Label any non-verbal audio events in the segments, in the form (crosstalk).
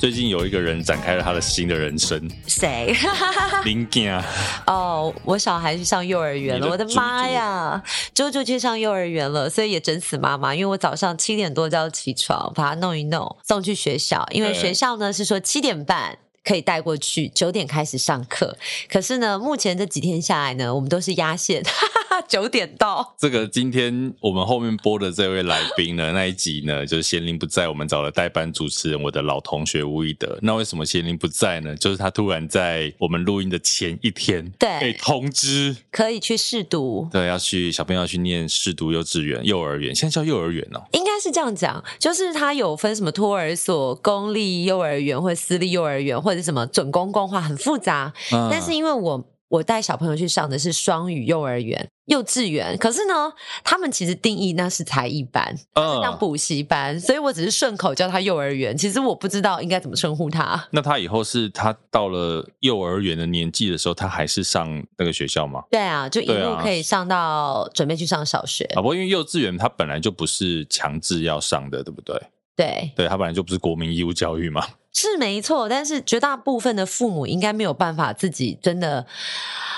最近有一个人展开了他的新的人生，谁？林健啊，哦，我小孩去上幼儿园了，你的我的猪猪妈呀！周周去上幼儿园了，所以也整死妈妈，因为我早上七点多就要起床，把他弄一弄，送去学校，因为对学校呢是说七点半。可以带过去，九点开始上课。可是呢，目前这几天下来呢，我们都是压线， (laughs) 九点到。这个今天我们后面播的这位来宾呢，那一集呢，就是贤玲不在，我们找了代班主持人，我的老同学吴一德。那为什么贤玲不在呢？就是他突然在我们录音的前一天对被通知，可以去试读，对，要去小朋友要去念试读幼稚园、幼儿园，现在叫幼儿园哦。应该是这样讲，就是它有分什么托儿所、公立幼儿园或私立幼儿园，或者什么准公共化，很复杂。嗯但是因为我我带小朋友去上的是双语幼儿园、幼稚园，可是呢，他们其实定义那是才艺班，像嗯，补习班，所以我只是顺口叫他幼儿园，其实我不知道应该怎么称呼他。那他以后是他到了幼儿园的年纪的时候，他还是上那个学校吗？对啊，就一对路啊可以上到准备去上小学。啊，不过因为幼稚园它本来就不是强制要上的，对不对？对，对，它本来就不是国民义务教育嘛。是没错，但是绝大部分的父母应该没有办法自己真的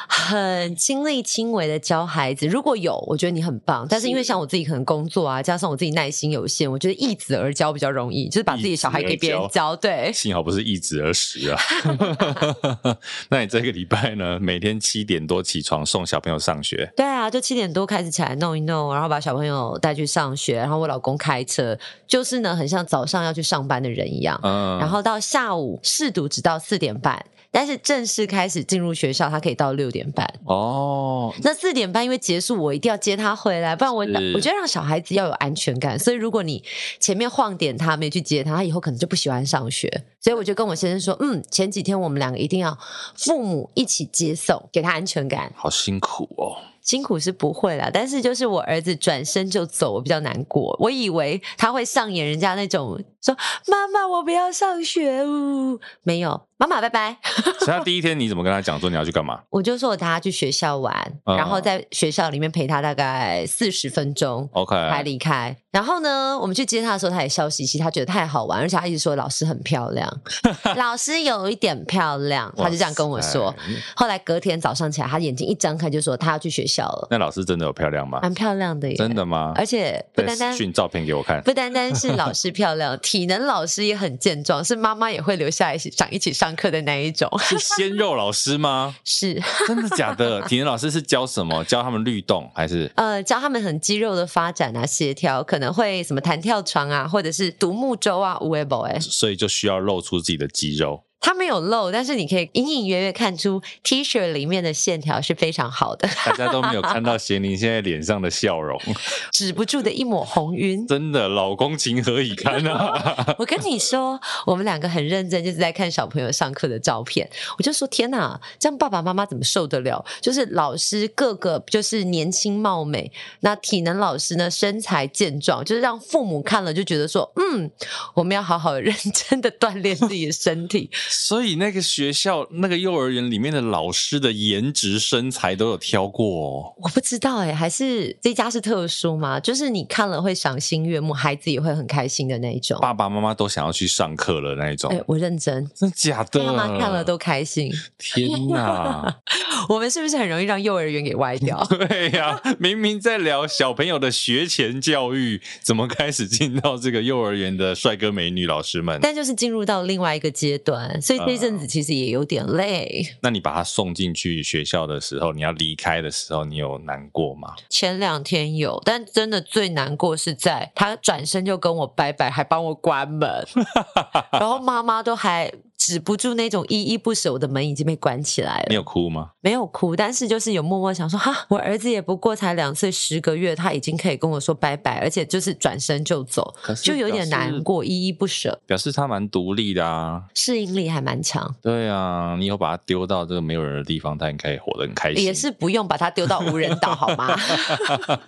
很亲力亲为的教孩子。如果有，我觉得你很棒。但是因为像我自己可能工作啊，加上我自己耐心有限，我觉得一子而教比较容易，就是把自己的小孩给别人一子教。(laughs) 对，幸好不是一子而食啊。 (laughs) 那你这个礼拜呢，每天七点多起床送小朋友上学，对啊，就七点多开始起来弄一弄，然后把小朋友带去上学，然后我老公开车，就是呢，很像早上要去上班的人一样。嗯，然后到下午试读直到四点半，但是正式开始进入学校，他可以到六点半。哦，那四点半因为结束，我一定要接他回来，不然我是我觉得让小孩子要有安全感。所以如果你前面晃点他，没去接他，他以后可能就不喜欢上学。所以我就跟我先生说，嗯，前几天我们两个一定要父母一起接送，给他安全感。好辛苦哦。 (laughs) 辛苦是不会啦，但是就是我儿子转身就走，我比较难过。我以为他会上演人家那种说妈妈我不要上学，呜，没有，妈妈拜拜。所以他第一天你怎么跟他讲说你要去干嘛？我就说我带他去学校玩，嗯然后在学校里面陪他大概四十分钟。 OK，才离开。然后呢，我们去接他的时候，他也笑嘻嘻，他觉得太好玩，而且他一直说老师很漂 (laughs) 亮，老师有一点漂亮，他就这样跟我说哇。塞。后来隔天早上起来，他眼睛一张开就说他要去学校了，那老师真的有漂亮吗？蛮漂亮的 (laughs) 耶，真的吗？而且呃不再单单训照片给我 (laughs) 看。不单单是老师漂亮， (laughs) 体能老师也很健壮，是妈妈也会留下来一起想一起上课的那一种。？是鲜肉老师吗是，真的假 (laughs) 的？体能老师是教什么？教他们律动还是？呃，教他们很肌肉的发展啊，协调，可能会什么弹跳床啊，或者是独木舟啊，无为 b 哎，所以就需要露出自己的肌肉。他没有露，但是你可以隐隐约约看出 T 恤里面的线条是非常好的， (laughs) 大家都没有看到贤玲现在脸上的笑容，止不住的一抹红 (laughs) 晕。真的，老公情何以堪 (laughs) 啊！我跟你说，我们两个很认真，就是在看小朋友上课的照片。我就说天哪，这样爸爸妈妈怎么受得了？就是老师各个就是年轻貌美，那体能老师呢身材健壮，就是让父母看了就觉得说，嗯，我们要好好认真的锻炼自己的身体。所以那个学校、那个幼儿园里面的老师的颜值、身材都有挑过、哦。我不知道哎、还是这家是特殊吗？就是你看了会赏心悦目，孩子也会很开心的那一种。爸爸妈妈都想要去上课了那一种，哎、我认真，真的假的？爸妈看了都开心。天哪！ (laughs) 我们是不是很容易让幼儿园给歪 (laughs) 掉？嗯对呀、明明在聊小朋友的学前教育，怎么开始进到这个幼儿园的帅哥美女老师们？但就是进入到另外一个阶段，所以这一阵子其实也有点累。那你把他送进去学校的时候，你要离开的时候，你有难过吗？前两天有，但真的最难过是在他转身就跟我拜拜，还帮我关 (laughs) 门，然后妈妈都还止不住那种依依不舍，我的门已经被关起来你了，有哭吗？没有哭，但是就是有默默想说，哈，我儿子也不过才两岁十个月，他已经可以跟我说拜拜，而且就是转身就走，可是就有点表示难，过，依依不舍，表示他蛮独立的啊。适应力还蛮强。对啊，你以后把他丢到这个没有人的地方，他应该也活得很开心。也是不用把他丢到无人岛，好吗？ (laughs)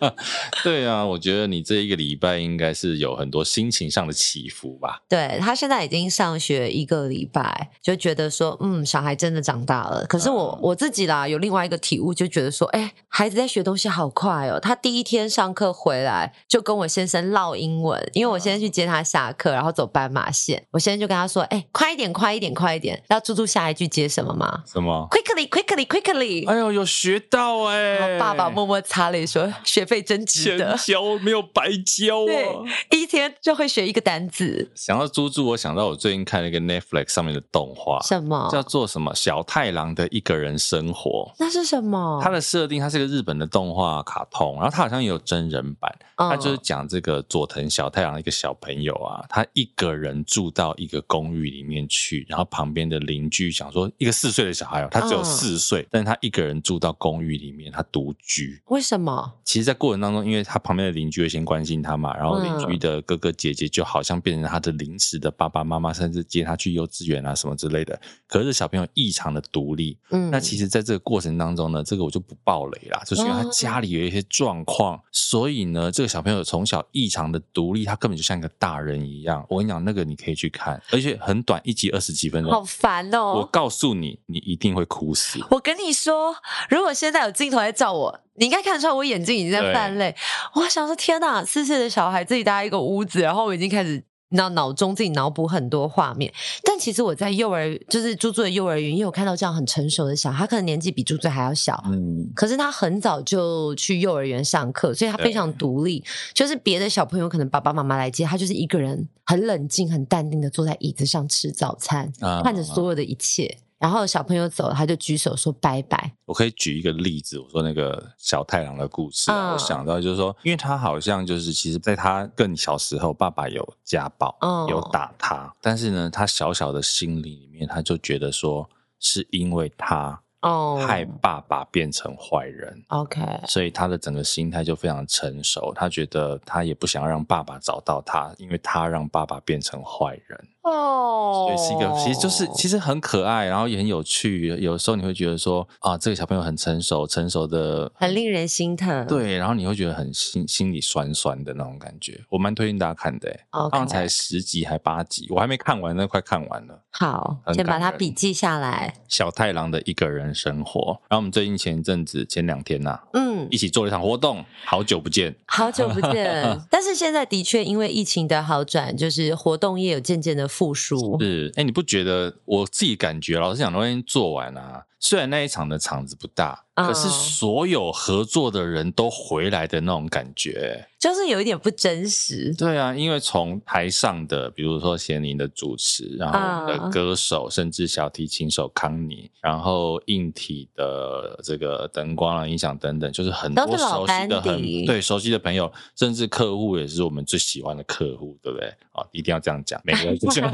对啊，我觉得你这一个礼拜应该是有很多心情上的起伏吧。对他现在已经上学一个礼拜，就觉得说，嗯，小孩真的长大了。可是我、嗯我自己啦，有另外一个体悟，就觉得说，哎，孩子在学东西好快哦。他第一天上课回来就跟我先生唠英文，因为我先生去接他下课，然后走斑马线，我先生就跟他说，哎，快一点，快一点，快一点。那猪猪下一句接什么吗什么？ ？Quickly, quickly, quickly。 (laughs) 哎呦，有学到哎、然后爸爸默默擦泪说，学费真值钱得。交没有白交对啊。，一天就会学一个单字，想到猪猪，我想到我最近看了一个 Netflix 上面的动画，什么？叫做什么《小太郎的一个人生活》。那是什么？它的设定，它是个日本的动画卡通，然后它好像也有真人版。他嗯就是讲这个佐藤小太郎的一个小朋友啊，他一个人住到一个公寓里面去，然后旁边的邻居想说，一个四岁的小孩哦，他只有嗯四岁，但是他一个人住到公寓里面，他独居。为什么？其实，在过程当中，因为他旁边的邻居会先关心他嘛，然后邻嗯居的哥哥姐姐就好像变成他的临时的爸爸妈妈，甚至接他去幼稚园啊什么之类的。可是小朋友异常的独立，嗯，那其实，在这个过程当中呢，这个我就不爆雷啦，就是因为哦他家里有一些状况，所以呢，这个小朋友从小异常的独立，他根本就像一个大人一样。我跟你讲，那个你可以去看，而且很短，一集二十几分好钟。烦哦。我我告诉你，你一定会哭死。跟你说，如果现在有镜头在照我，你应该看得出来我眼睛已经在泛泪。我想说，天哪，四岁的小孩自己待在一个屋子，然后我已经开始。脑脑中自己脑补很多画面，但其实我在幼儿，就是猪猪的幼儿园，也有看到这样很成熟的小孩，他可能年纪比猪猪还要小，嗯，可是他很早就去幼儿园上课，所以他对非常独立。就是别的小朋友可能爸爸妈妈来接，他就是一个人很冷静、很淡定的坐在椅子上吃早餐，啊看着所有的一切。然后小朋友走了，他就举手说拜拜。我可以举一个例子，我说那个小太郎的故事啊、嗯我想到就是说，因为他好像就是其实在他更小时候，爸爸有家暴，嗯有打他，但是呢，他小小的心里里面，他就觉得说，是因为他哦害爸爸变成坏人。 ，OK，所以他的整个心态就非常成熟，他觉得他也不想要让爸爸找到他，因为他让爸爸变成坏人，哦所以是一个其实就是其实很可爱，然后也很有趣。有时候你会觉得说啊，这个小朋友很成熟，成熟的很令人心疼。对，然后你会觉得很心心里酸酸的那种感觉。我蛮推荐大家看的、欸，好，OK，像才十集还八集，我还没看完呢，快看完了。好，很先把感它人笔记下来。小太郎的一个人生活。然后我们最近前一阵子前两天呐、 (laughs) 嗯一，起做了一场活动，好久不见。好久不 (laughs) 见，但是现在的确因为疫情的好转，就是活动业有渐渐的复苏。是，哎，你不觉得？我自己感觉，老实讲，那天做完啊，虽然那一场的场子不大，可是嗯所有合作的人都回来的那种感觉。欸就是有一点不真实。对啊，因为从台上的，比如说咸宁的主持，然后我们的啊歌手，甚至小提琴手康妮，然后硬体的这个灯光啊、音响等等，就是很都多是熟老悉的班很底对熟悉的朋友，甚至客户也是我们最喜欢的客户，对不对？哦，一定要这样讲，每个人都这 (laughs) 样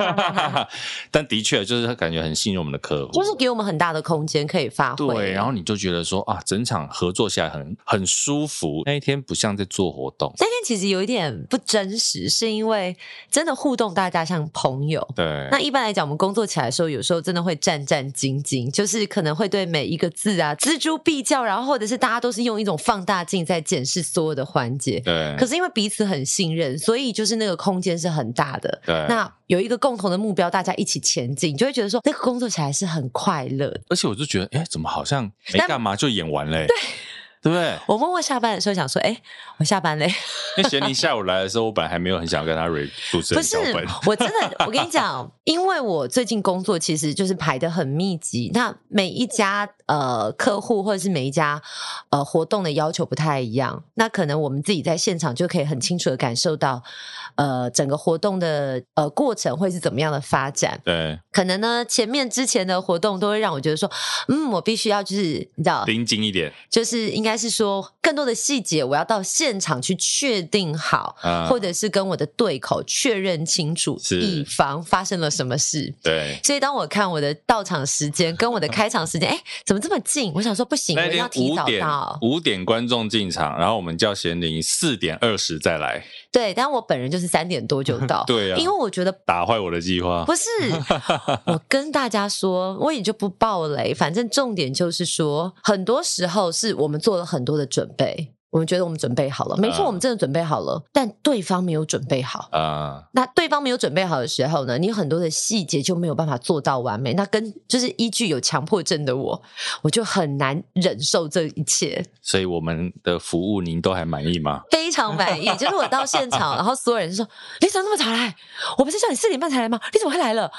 (laughs) 但的确就是感觉很信任我们的客户，就是给我们很大的空间可以发挥。对，然后你就觉得说啊，整场合作下来很很舒服，那一天不像在做活动。那天其实有一点不真实，是因为真的互动大家像朋友。对，那一般来讲，我们工作起来的时候，有时候真的会战战兢兢，就是可能会对每一个字啊锱铢必较，然后或者是大家都是用一种放大镜在检视所有的环节。对，可是因为彼此很信任，所以就是那个空间是很大的。对。那有一个共同的目标，大家一起前进，你就会觉得说那个工作起来是很快乐的。而且我就觉得，哎、怎么好 (laughs) 像没但干嘛就演完嘞、对，对不对？我默默下班的时候想说，哎、我下班嘞。因为贤宁下午来的时候，我本来还没有很想要跟他 re 主持不人是脚本，，我真的，我跟你讲，因为我最近工作其实就是排的很密集，那每一家呃客户或者是每一家呃活动的要求不太一样，那可能我们自己在现场就可以很清楚的感受到，呃，整个活动的呃过程会是怎么样的发展。对，可能呢前面之前的活动都会让我觉得说，嗯，我必须要就是你知道，盯紧一点就是应该是说更多的细节，我要到现场去确定好，啊，或者是跟我的对口确认清楚，是以防发生了什么事。对。所以当我看我的到场时间跟我的开场时间，哎，怎么这么近？我想说不行，我那要天提五早点到。五点观众进场，然后我们叫贤玲四点二十再来，，对，但我本人就是三点多就到 (laughs) 对啊因为我觉得打坏我的计划。 (laughs) 不是，我跟大家说，我也就不爆雷。反正重点就是说，很多时候是我们做了很多的准备，我们觉得我们准备好了，没错，嗯我们真的准备好了，但对方没有准备好。啊、那对方没有准备好的时候呢，你有很多的细节就没有办法做到完美。那跟就是依据有强迫症的我，我就很难忍受这一切，所以我们的服务您都还满意吗？非常满意。就是我到现场，然后所有人就说：“你怎么那么早来？我不是叫你四点半才来吗？你怎么会来了？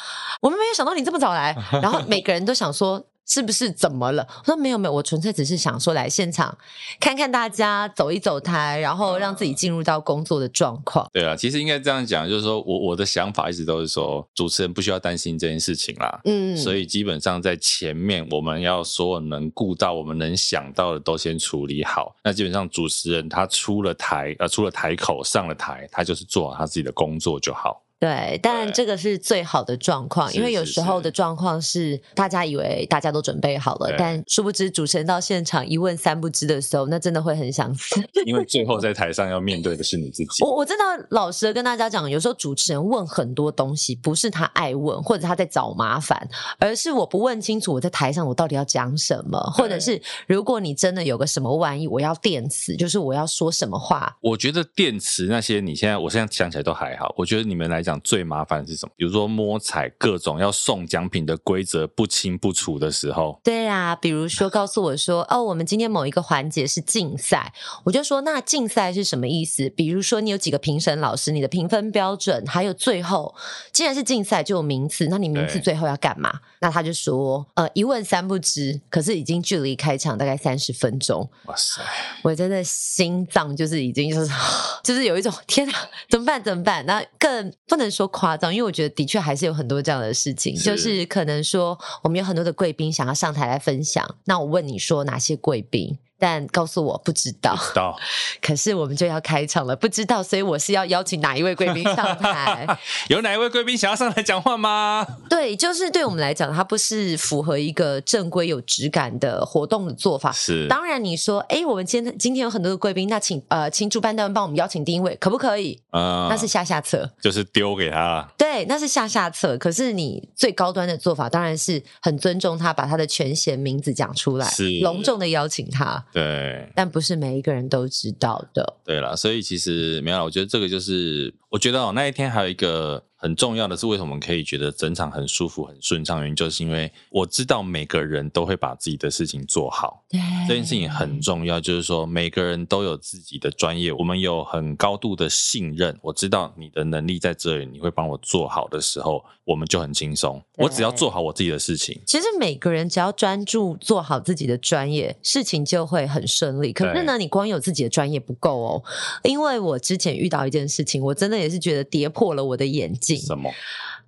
我们没有想到你这么早来。”然后每个人都想说。是不是怎么了？我说没有没有，我纯粹只是想说来现场看看大家，走一走台，然后让自己进入到工作的状况。对啊，其实应该这样讲，就是说我我的想法一直都是说，主持人不需要担心这件事情啦。嗯，所以以基本上在前面，我们要所有能顾到、我们能想到的都先处理好。那基本上主持人他出了台，呃，出了台口上了台，他就是做好他自己的工作就好。对，当然对这个是最好的状况，是因为有是时候是的状况是大家以为大家都准备好了对，但殊不知主持人到现场一问三不知的时候，那真的会很想死。 (laughs) 因为最后在台上要面对的是你自己我。我真的老实的跟大家讲，有时候主持人问很多东西，不是他爱问，或者他在找麻烦，而是我不问清楚我在台上我到底要讲什么，或者是如果你真的有个什么玩意，我要电词，就是我要说什么话。 (laughs) 我觉得电池那些，你现在我现在想起来都还好。我觉得你们来讲最麻烦的是什么？比如说摸彩各种要送奖品的规则不清不楚的时候，对啊，比如说告诉我说，哦，我们今天某一个环节是竞赛，我就说那竞赛是什么意思？比如说你有几个评审老师，你的评分标准，还有最后，既然是竞赛就有名次，那你名次对最后要干嘛？那他就说，呃，一问三不知，可是已经距离开场大概三十分钟，哇塞！我真的心脏就是已经就是 (sighs) 就是有一种天啊，怎么办？怎么办？那更不能说夸张，因为我觉得的确还是有很多这样的事情，是就是可能说我们有很多的贵宾想要上台来分享，那我问你说哪些贵宾？但告诉我不知道， (laughs) 到可是我们就要开场了，不知道，所以我是要邀请哪一位贵宾上 (laughs) 台？有哪一位贵宾想要上来讲话吗？对，就是对我们来讲，它不是符合一个正规有质感的活动的做法，是，当然，你说，哎，我们今天今天有很多的贵宾，那请呃，请主办单位帮我们邀请第一位，可不可以？嗯那是下下策，就是丢给他了。对，那是下下策。可是你最高端的做法，当然是很尊重他，把他的全衔名字讲出来是，隆重的邀请他，对，但不是每一个人都知道的。对了，所以其实没有啦，我觉得这个就是，我觉得哦，那一天还有一个很重要的是，为什么我们可以觉得整场很舒服、很顺畅，原因就是因为我知道每个人都会把自己的事情做好，对，这件事情很重要，就是说每个人都有自己的专业，我们有很高度的信任，我知道你的能力在这里，你会帮我做好的时候，我们就很轻松，对我只要做好我自己的事情，其实每个人只要专注做好自己的专业，事情就会很顺利。可是呢，你光有自己的专业不够哦，因为我之前遇到一件事情，我真的也是觉得跌破了我的眼镜。什么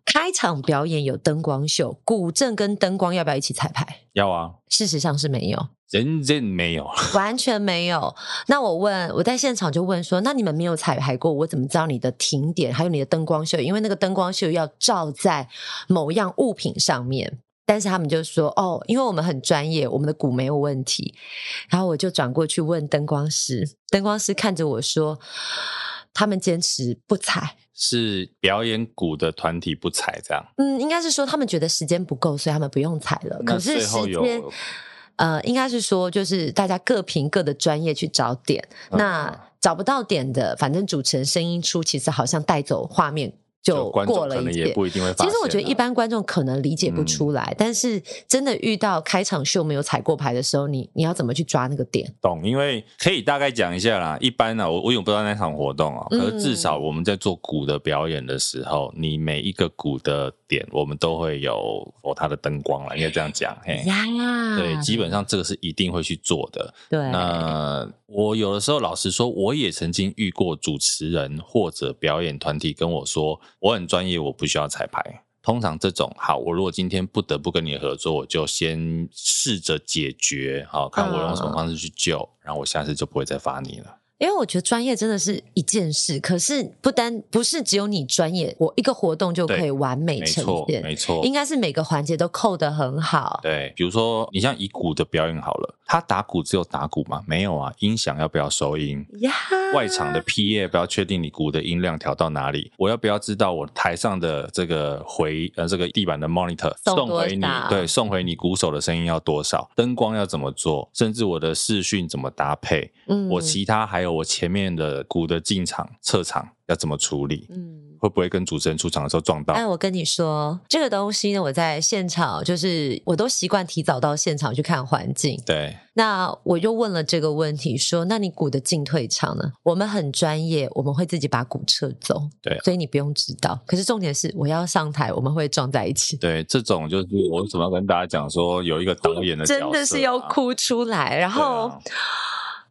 开场表演有灯光秀，古镇跟灯光要不要一起彩排？要啊，事实上是没有，人人没有，完全没有。那我问，我在现场就问说，那你们没有彩排过，我怎么知道你的停点还有你的灯光秀？因为那个灯光秀要照在某样物品上面。但是他们就说哦，因为我们很专业，我们的鼓没有问题。然后我就转过去问灯光师，灯光师看着我说，他们坚持不踩。是表演鼓的团体不踩这样。嗯，应该是说他们觉得时间不够，所以他们不用踩了。那可是最时后有间，呃，应该是说就是大家各凭各的专业去找点。嗯那找不到点的，反正主持人声音出，其实好像带走画面就观众过可了能一也点。不一定会发其现啊。嗯实我觉得一般观众可能理解不出来，但是真的遇到开场秀没有踩过牌的时候，你你要怎么去抓那个点？懂，因为可以大概讲一下啦。一般呢、啊我我有不知道那场活动啊，嗯可是至少我们在做鼓的表演的时候，你每一个鼓的点，我们都会有哦它的灯光啦，应该这样讲。嘿，呀，对，基本上这个是一定会去做的。对，那我有的时候老实说，我也曾经遇过主持人或者表演团体跟我说，我很专业，我不需要彩排。通常这种，好，我如果今天不得不跟你合作，我就先试着解决，好，看我用什么方式去救，然后我下次就不会再罚你了。因为我觉得专业真的是一件事，可是不单不是只有你专业，我一个活动就可以对完美嗯没呈错，现，没错，应该是每个环节都扣得很好。对，比如说你像以鼓的表演好了，他打鼓只有打鼓吗？没有啊，音响要不要收音？呀，外场啊的 P A 要不要确定你鼓的音量调到哪里？我要不要知道我台上的这个回呃这个地板的 monitor 送送多回你少对送回你鼓手的声音要多少？灯光要怎么做？甚至我的视讯怎么搭配？嗯我其他还有我前面的鼓的进场撤场要怎么处理？嗯。会不会跟主持人出场的时候撞到？哎，我跟你说，这个东西呢，我在现场就是我都习惯提早到现场去看环境。对，那我就问了这个问题，说：那你鼓的进退场呢？我们很专业，我们会自己把鼓撤走，对啊所以你不用知道。可是重点是，我要上台，我们会撞在一起，对，这种就是我为什么要跟大家讲说有一个导演的角色、啊真的是要。哭出来。然后，对啊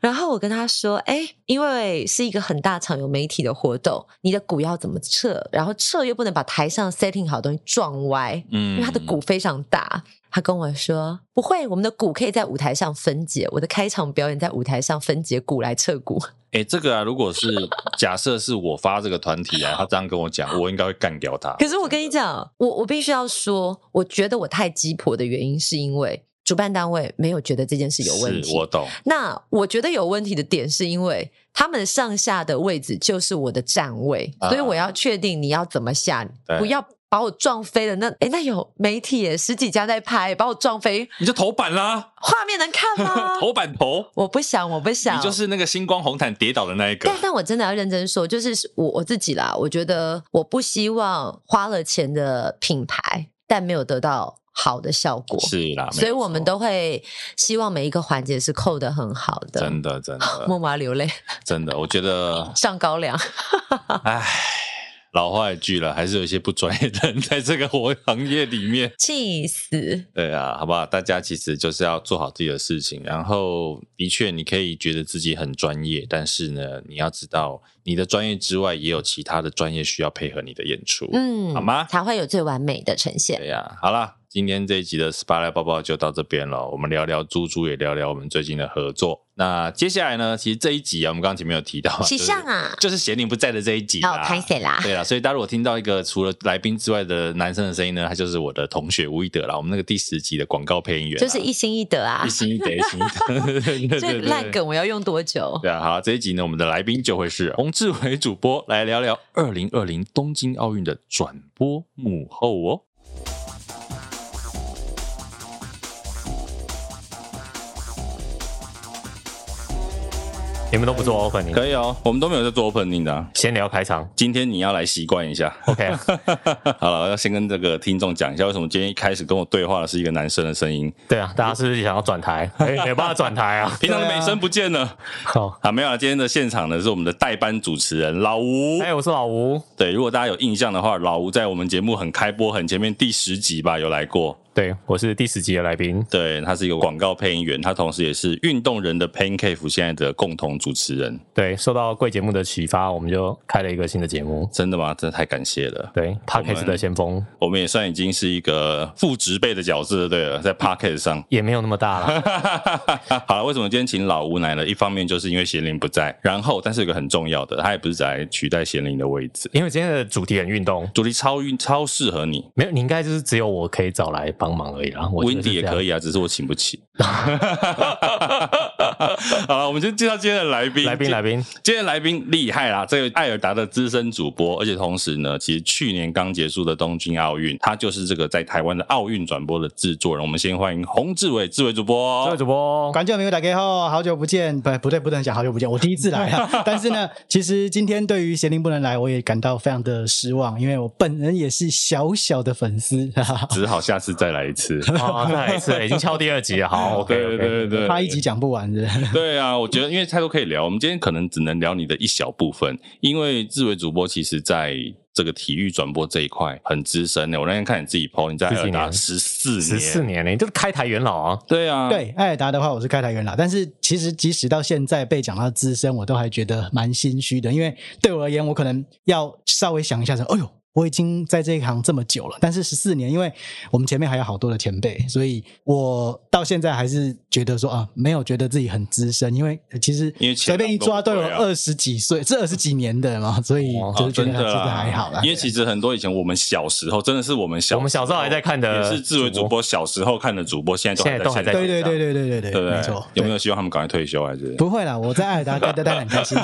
然后我跟他说：“哎，因为是一个很大场有媒体的活动，你的鼓要怎么撤？然后撤又不能把台上 setting 好的东西撞歪，嗯因为他的鼓非常大。他跟我说：“不会，我们的鼓可以在舞台上分解。我的开场表演在舞台上分解鼓来撤鼓。哎、这个啊，如果是假设是我发这个团体啊，他这样跟我讲，我应该会干掉他。可是我跟你讲，我我必须要说，我觉得我太鸡婆的原因是因为主办单位没有觉得这件事有问题。是我懂，那我觉得有问题的点是因为他们上下的位置就是我的站位，啊所以我要确定你要怎么下，对不要把我撞飞了。那诶，那有媒体耶，十几家在拍，把我撞飞，你就头版啦，画面能 (laughs) 看吗？头版头，啊我不想，我不想，你就是那个星光红毯跌倒的那一个但。但我真的要认真说，就是我我自己啦，我觉得我不希望花了钱的品牌，但没有得到好的效果，是啦，所以没错我们都会希望每一个环节是扣的很好的。真的真的 (laughs) 默默流泪，真的，我觉得，上高粱。唉，老话一句了，还是有一些不专业的人在这个活行业里面。气死！对啊，好不好？大家其实就是要做好自己的事情，然后的确你可以觉得自己很专业，但是呢，你要知道你的专业之外，也有其他的专业需要配合你的演出，嗯，好吗？才会有最完美的呈现。对呀、好啦，今天这一集的 SPA 报报就到这边了。我们聊聊猪猪，也聊聊我们最近的合作。那接下来呢，其实这一集啊，我们刚刚前面有提到，喜上啊，就是贤玲不在的这一集哦，啦。拍谁啦？对啦，啊所以大家如果听到一个除了来宾之外的男生的声音呢，他就是我的同学吴一德啦，我们那个第十集的广告配音员啊，就是一心一德啊一！心一德，一心 (laughs) 一德，对这对烂对。梗我要用多久？对啊，好，这一集呢，我们的来宾就会是洪志伟主播，来聊聊二零二零东京奥运的转播幕后哦。你们都不做 opening，可以哦，我们都没有在做 opening 的啊、先聊开场今天你要来习惯一下。 (laughs) ，OK 啊？好了，要先跟这个听众讲一下，为什么今天一开始跟我对话的是一个男生的声音，对啊，大家是不是想要 (laughs) 转台？哎，没有办法转台啊。平常的美声不见了。好，啊，没有啊，今天的现场呢是我们的代班主持人老吴。哎，我是老吴，对，如果大家有印象的话，老吴在我们节目很开播很前面第十集吧有来过。对我是第十集的来宾。对，他是一个广告配音员，他同时也是运动人的 Pancake 现在的共同主持人。对，受到贵节目的启发，我们就开了一个新的节目。真的吗？真的太感谢了。对 p o d c a s 的先锋我们也算已经是一个副职辈的角色了，对了，在 Pocket 上。也没有那么大 (laughs) 了。好了，为什么今天请老吴来呢？一方面就是因为贤玲不在，然后但是有一个很重要的，他也不是来取代贤玲的位置，因为今天的主题很运动，主题超运超适合你。没有你应该就是只有我可以找来帮忙而已啦。我觉得是 Windy 也这样可，以啊，只是我请不起。 (laughs) 好了，我们先介绍今天的来宾。来宾来宾，宾，今天的来宾厉害啦！这个艾尔达的资深主播，而且同时呢，其实去年刚结束的东京奥运，他就是这个在台湾的奥运转播的制作人。我们先欢迎洪志伟，志伟主播。这位主播，观众朋友大家好，好久不见，不不对，不能讲好久不见，我第一次来啊。但是呢，其实今天对于贤玲不能来，我也感到非常的失望，因为我本人也是小小的粉丝，只好下次再来一次。 (laughs) 哦，再来一次，已经敲第二集了。好对对，OK，OK。对对，他一集讲不完的。 (laughs) 对啊，我觉得因为太多可以聊，我们今天可能只能聊你的一小部分，因为志伟主播其实在这个体育转播这一块很资深欸的。我那天看你自己 PO，你在14尔达年十四年，啊十四年呢，你就是开台元老啊。对啊，，对艾尔达的话，我是开台元啦，但是其实即使到现在被讲到资深，我都还觉得蛮心虚的，因为对我而言，我可能要稍微想一下说，哎呦。我已经在这一行这么久了，但是十四年，因为我们前面还有好多的前辈，所以我到现在还是觉得说啊，没有觉得自己很资深，因为其实因为前随便一抓浪都不都有对啊二十几岁，这二十几年的嘛，所以哦就是觉真得的还是啦还好啦。因为其实很多以前我们小时候，真的是我们小我们小时候还在看的也是志伟主播小时候看的主播，现在都现在都还在线对上对对对对对对不对没错，有没对有希望他们赶快退休？还是不会啦，我在艾尔达干的当然很开 (laughs) 心。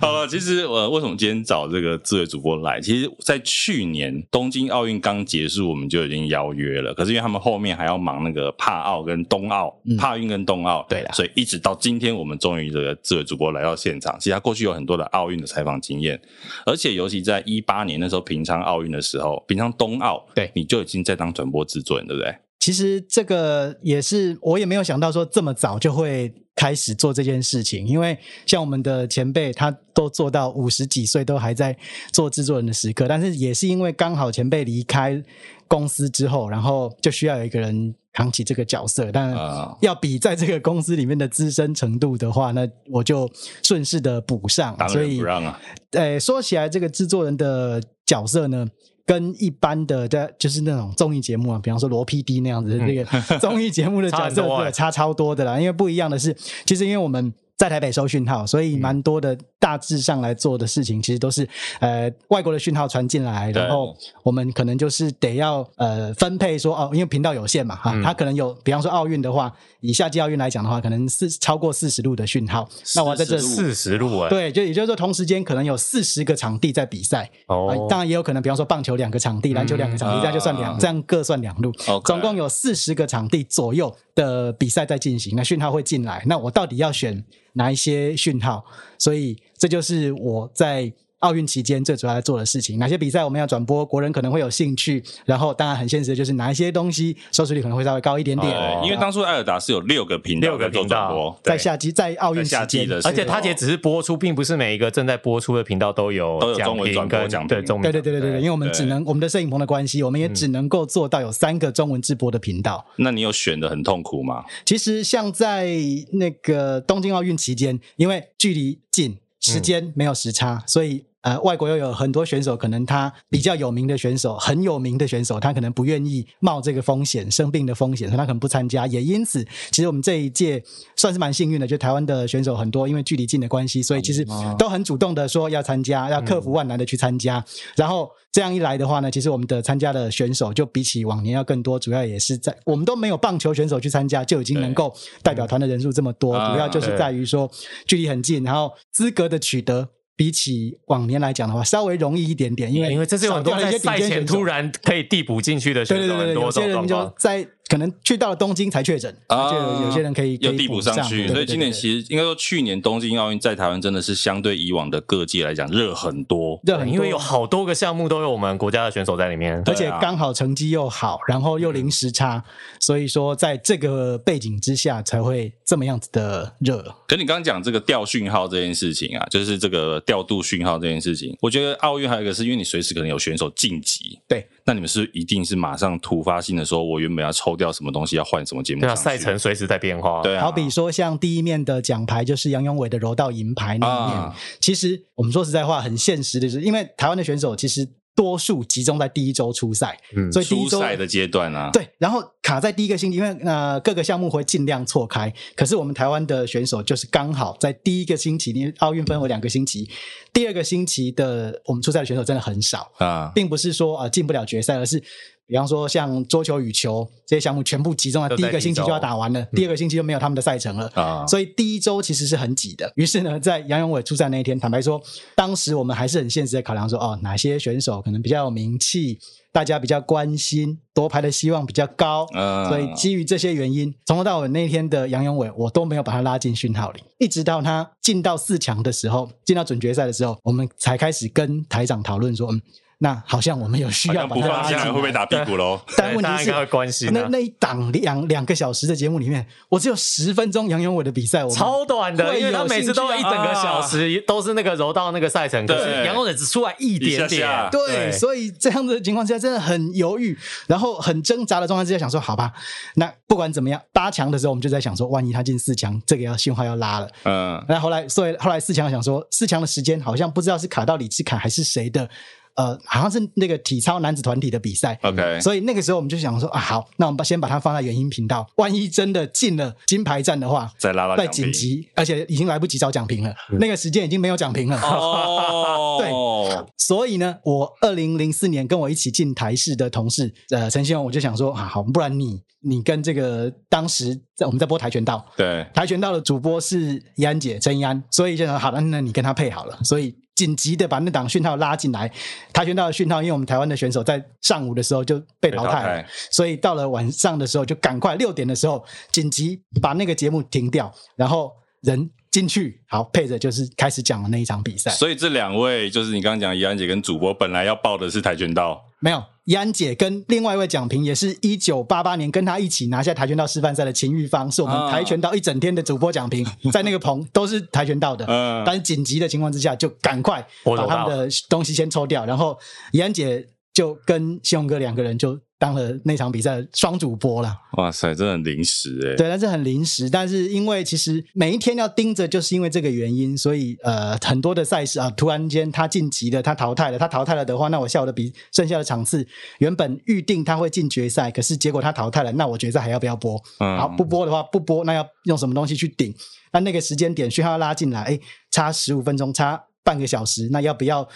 好了，其实我为什么今天找这个自由主播来？其实，在去年东京奥运刚结束，我们就已经邀约了。可是因为他们后面还要忙那个帕奥跟冬奥、嗯帕运跟冬奥，对啦所以一直到今天，我们终于这个自由主播来到现场。其实他过去有很多的奥运的采访经验，而且尤其在一八年那时候平昌奥运的时候，平昌冬奥，对你就已经在当转播制作人，对不对？其实这个也是我也没有想到说这么早就会开始做这件事情，因为像我们的前辈他都做到五十几岁都还在做制作人的时刻，但是也是因为刚好前辈离开公司之后，然后就需要有一个人扛起这个角色，但啊要比在这个公司里面的资深程度的话，那我就顺势的补上，当所仁以不让啊！呃，说起来，这个制作人的角色呢，跟一般的在就是那种综艺节目啊，比方说罗 PD 那样子的 (laughs) 这个综艺节目的角嗯差很色，多欸对，差超多的啦。因为不一样的是，其实因为我们。在台北收讯号，所嗯以蛮多的大致上来做的事情，其实都是呃外国的讯号传进来，对然后我们可能就是得要呃分配说哦，因为频道有限嘛哈，嗯它可能有，比方说奥运的话，以夏季奥运来讲的话，可能四超过四十路的讯号，那我在40这路四十路哎，对，就也就是说，同时间可能有四十个场地在比赛。啊哎哦，当然也有可能，比方说棒球两个场地，篮球两个场地，嗯这样就算两，啊这样各算两路， OK 总共有四十个场地左右的比赛在进行。那讯号会进来，那我到底要选哪一些讯号？所以这就是我在奥运期间最主要在做的事情。哪些比赛我们要转播，国人可能会有兴趣，然后当然很现实的就是哪一些东西收视率可能会稍微高一点点。对，因为当初艾尔达是有六个频道六个在做频道转播，在夏季，在奥在运夏期季间的时而且它也只是播出，并不是每一个正在播出的频道都有都有奖中文评转播跟奖评对中文对对对对对，因为我们对只能我们的摄影棚的关系，我们也只能够做到有三个中文直播的频道。那你有选的很痛苦吗？其实像在那个东京奥运期间，因为距离近，时间没有时差，所以。呃，外国又有很多选手，可能他比较有名的选手，很有名的选手，他可能不愿意冒这个风险，生病的风险，所以他可能不参加。也因此，其实我们这一届算是蛮幸运的，就台湾的选手很多，因为距离近的关系，所哦以其实都很主动的说要参嗯加，要克服万难的去参加。然后这样一来的话呢，其实我们的参加的选手就比起往年要更多，主要也是在我们都没有棒球选手去参加，就已经能够代表团的人数这么多，嗯主要就是在于说距离很近，然后资格的取得。比起往年来讲的话，稍微容易一点点，因为因为这是有很多少掉在了一些赛顶尖前选手突然可以递补进去的选对对手，对很对，对多有这些种状人就况。在可能去到了东京才确诊，啊就有有些人可以有可以递补补上上去，对所以对今对年对其实应该说去年东京奥运在台湾真的是相对以往的各界来讲热很多。热很多因为有好多个项目都有我们国家的选手在里面，而且啊刚好成绩又好，然后又零时差，所以说在这个背景之下才会这么样子的热。可你刚刚讲这个调讯号这件事情啊，就是这个调度讯号这件事情，我觉得奥运还有一个是因为你随时可能有选手晋级，对，那你们是不是一定是马上突发性的说，我原本要抽掉什么东西，要换什么节目对啊，上去赛程随时在变化。对啊，好比说像第一面的奖牌就是杨永伟的柔道银牌那一面，啊其实我们说实在话，很现实的就是，因为台湾的选手其实多数集中在第一周初赛，嗯所以第一初周赛的阶段啊，对，然后卡在第一个星期，因为呃各个项目会尽量错开，可是我们台湾的选手就是刚好在第一个星期，因为奥运分为两个星期，第二个星期的我们出赛的选手真的很少，啊，并不是说呃进不了决赛，而是比方说像桌球、羽球这些项目全部集中在都第在一个星期就要打完了，第二个星期就没有他们的赛程了。啊所以第一周其实是很挤的。于是呢，在杨永伟出战那一天，坦白说，当时我们还是很现实的考量说，哦，哪些选手可能比较有名气，大家比较关心，夺牌的希望比较高。嗯所以基于这些原因，从头到尾那天的杨永伟，我都没有把他拉进讯号里，一直到他进到四强的时候，进到准决赛的时候，我们才开始跟台长讨论说，嗯，那好像我们有需好要像把不他放拉下进来来会被打屁股喽。但问大家题是，应该会关心啊那那一档两两个小时的节目里面，我只有十分钟杨永伟的比赛，我们超短的，会因为他有每次兴趣都啊一整个小时都是那个柔道那个赛程，可对是杨永仁只出来一点一下下点，对，所以这样的情况之下，真的很犹豫，然后很挣扎的状态之下，想说好吧，那不管怎么样，八强的时候我们就在想说，万一他进四强，这个要信号要拉了。嗯，那后来，所以后来四强想说，四强的时间好像不知道是卡到李志凯还是谁的，呃，好像是那个体操男子团体的比赛。 OK，所以那个时候我们就想说啊，好，那我们把先把它放在原音频道，万一真的进了金牌战的话，再拉到再奖紧品嗯急，而且已经来不及找奖评了，那个时间已经没有奖评了。哦， (laughs) 所以呢，我二零零四年跟我一起进台视的同事，呃，陈希荣，我就想说，啊，好，不然你你跟这个当时在我们在播跆拳道，对跆拳道的主播是怡安姐陈怡安，所以就想好了，那你跟她配好了，所以紧急的把那档讯号拉进来。跆拳道的讯号，因为我们台湾的选手在上午的时候就被被淘汰了，淘汰所以到了晚上的时候就赶快六点的时候紧急把那个节目停掉，然后人进去，好配着就是开始讲的那一场比赛。所以这两位就是你刚刚讲怡安姐跟主播，本来要报的是跆拳道，没有，怡安姐跟另外一位奖评也是一九八八年跟她一起拿下跆拳道示范赛的秦玉芳，是我啊们跆拳道一整天的主播奖评，在那个棚都是跆拳道的。嗯但是紧急的情况之下，就赶快我把懂到他们的东西先抽掉，然后怡安姐就跟信勇哥两个人就当了那场比赛的双主播了。哇塞，真的很临时哎、对，但是很临时。但是因为其实每一天要盯着，就是因为这个原因，所以呃，很多的赛事啊，突然间他晋级了，他淘汰了，他淘汰了的话，那我下午的比剩下的场次，原本预定他会进决赛，可是结果他淘汰了，那我决赛还要不要播？嗯好，不播的话不播，那要用什么东西去顶？那那个时间点讯号要拉进来，哎，差十五分钟，差半个小时，那要不要？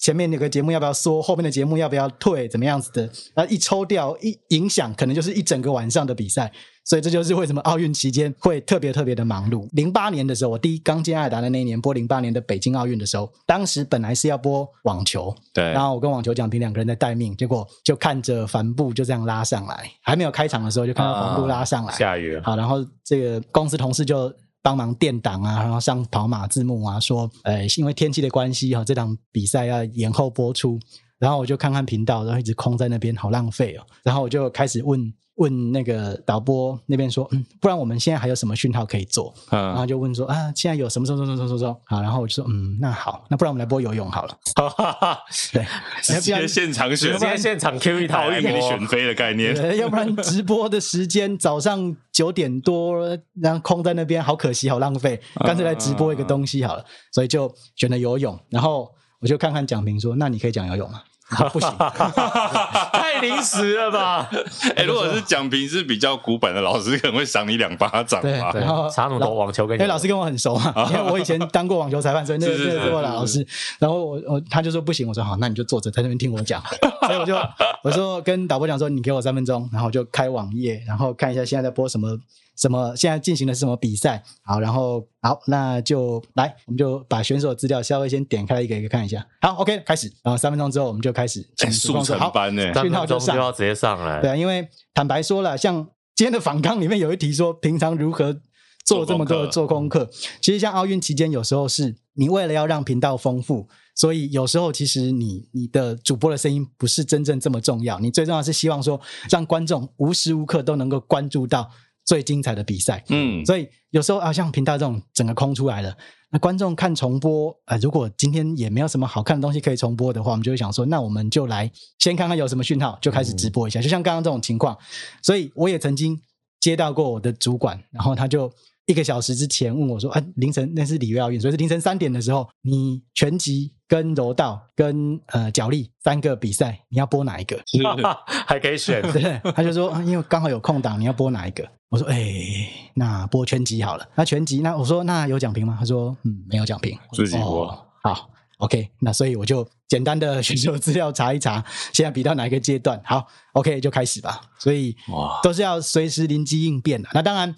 前面那个节目要不要缩？后面的节目要不要退？怎么样子的？那一抽掉一影响，可能就是一整个晚上的比赛。所以这就是为什么奥运期间会特别特别的忙碌。零八年的时候，我第一刚进爱尔兰的那一年播零八年的北京奥运的时候，当时本来是要播网球，对然后我跟网球奖评两个人在待命，结果就看着帆布就这样拉上来，还没有开场的时候就看到帆布拉上来，下雨了，好，然后这个公司同事就帮忙垫档啊，然后上跑马字幕啊，说，呃，因为天气的关系哈、这场比赛要延后播出。然后我就看看频道，然后一直空在那边，好浪费哦。然后我就开始问问那个导播那边说，嗯，不然我们现在还有什么讯号可以做？然后嗯，就问说啊，现在有什么什么什么什么什么什么？好，然后我就说，嗯，那好，那不然我们来播游泳好了。对，直接现场选直，接现场 Q 一好台一给给你选妃的概念，对要不然直播的时间早上九点多，然后空在那边，好可惜，好浪费，干脆来直播一个东西好了。所以就选了游泳，然后我就看看蒋平说：“那你可以讲游泳吗？”啊不行，太临时了吧？ (laughs) 哎、如果是讲评是比较古板的老师，可能会赏你两巴掌对吧。对然后，查努头网球跟因为老师跟我很 (laughs) 熟嘛，因为我以前当过网球裁判，所以那个哦是是嗯那个是是我的老师。然后我我他就说不行，我说好，那你就坐着在那边听我 (laughs) 讲。所以我就我说跟导播讲说，你给我三分钟，然后我就开网页，然后看一下现在在播什么什么，现在进行的是什么比赛。好，然后好，那就来，我们就把选手资料稍微先点开一个一个看一下。好，OK，开始。然后三分钟之后，我们就开始哎请主速控说成好，班呢、好三讯分号钟就就上要直接上来，对啊，因为坦白说了，像今天的访纲里面有一题说，平常如何做这么多的做做功课？其实像奥运期间，有时候是你为了要让频道丰富，所以有时候其实你你的主播的声音不是真正这么重要，你最重要的是希望说让观众无时无刻都能够关注到最精彩的比赛。嗯，所以有时候啊，像频道这种整个空出来了，那观众看重播啊、呃如果今天也没有什么好看的东西可以重播的话，我们就会想说，那我们就来先看看有什么讯号，就开始直播一下。就像刚刚这种情况，所以我也曾经接到过我的主管，然后他就。一个小时之前问我说：“啊，凌晨那是里约奥运，所以是凌晨三点的时候，你拳击跟柔道跟呃脚力三个比赛，你要播 (laughs) 哪一个？”还可以选，对，他就说，啊因为刚好有空档，你要播哪一个？我说，哎、那播拳击好了。那拳击，那我说，那有奖评吗？他说，嗯，没有奖评，自己播哦好，OK，那所以我就简单的 (laughs) 选手资料查一查，现在比到哪一个阶段？好，OK，就开始吧。所以哇，都是要随时临机应变的。那当然，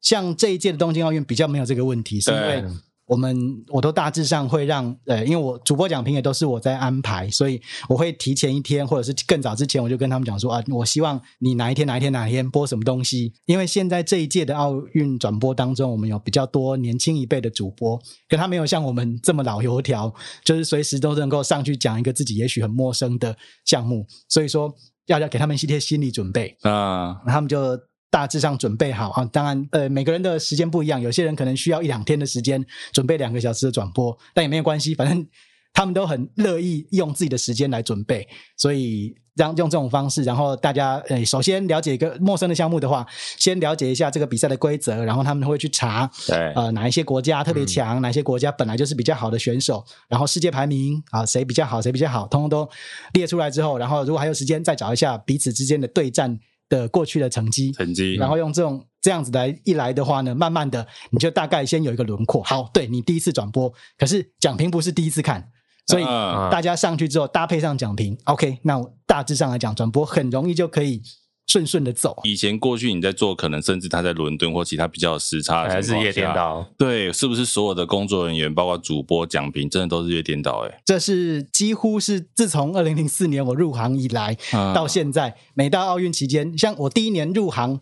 像这一届的东京奥运比较没有这个问题，是因为对我们我都大致上会让呃，因为我主播奖评也都是我在安排，所以我会提前一天或者是更早之前，我就跟他们讲说啊，我希望你哪一天哪一天哪一天播什么东西，因为现在这一届的奥运转播当中，我们有比较多年轻一辈的主播，可他没有像我们这么老油条，就是随时都能够上去讲一个自己也许很陌生的项目，所以说要要给他们一些心理准备。啊，他们就大致上准备好啊。当然，呃，每个人的时间不一样，有些人可能需要一两天的时间准备两个小时的转播，但也没有关系，反正他们都很乐意用自己的时间来准备，所以让用这种方式，然后大家呃，首先了解一个陌生的项目的话，先了解一下这个比赛的规则，然后他们会去查，对呃，哪一些国家嗯特别强，哪一些国家本来就是比较好的选手，然后世界排名啊，谁比较好，谁比较好，通通都列出来之后，然后如果还有时间，再找一下彼此之间的对战的过去的成绩，成绩，然后用这种这样子来一来的话呢，慢慢的你就大概先有一个轮廓。好，对你第一次转播，可是奖评不是第一次看，所以嗯大家上去之后搭配上奖评，OK，那我大致上来讲，转播很容易就可以顺顺的走。啊以前过去你在做，可能甚至他在伦敦或其他比较有时差的还情是况夜颠下。 (laughs) 倒，对，是不是所有的工作人员，包括主播、奖评，真的都是夜颠倒、欸？这是几乎是自从二零零四年我入行以来嗯啊到现在，每到奥运期间，像我第一年入行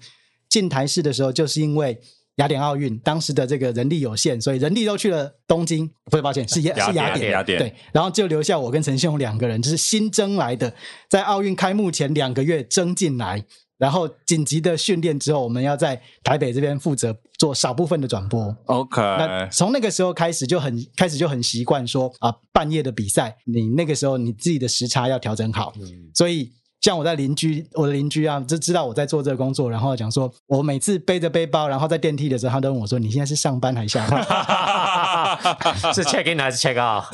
进台式的时候，就是因为雅典奥运当时的这个人力有限，所以人力都去了东 (laughs) 京，不是抱歉，是雅雅是雅典典雅典对，然后就留下我跟陈信宏两个人，就是新征来的，在奥运开幕前两个月征进来。然后紧急的训练之后，我们要在台北这边负责做少部分的转播。 OK，那 (laughs) 从那个时候开始就很开始就很习惯说啊，半夜的比赛，你那个时候你自己的时差要调整好。所以像我在邻居，我的邻居啊，就知道我在做这个工作，然后讲说，我每次背着背包，然后在电梯的时候，他都问我说，你现在是上班还是下班？是 check in 还是 check out？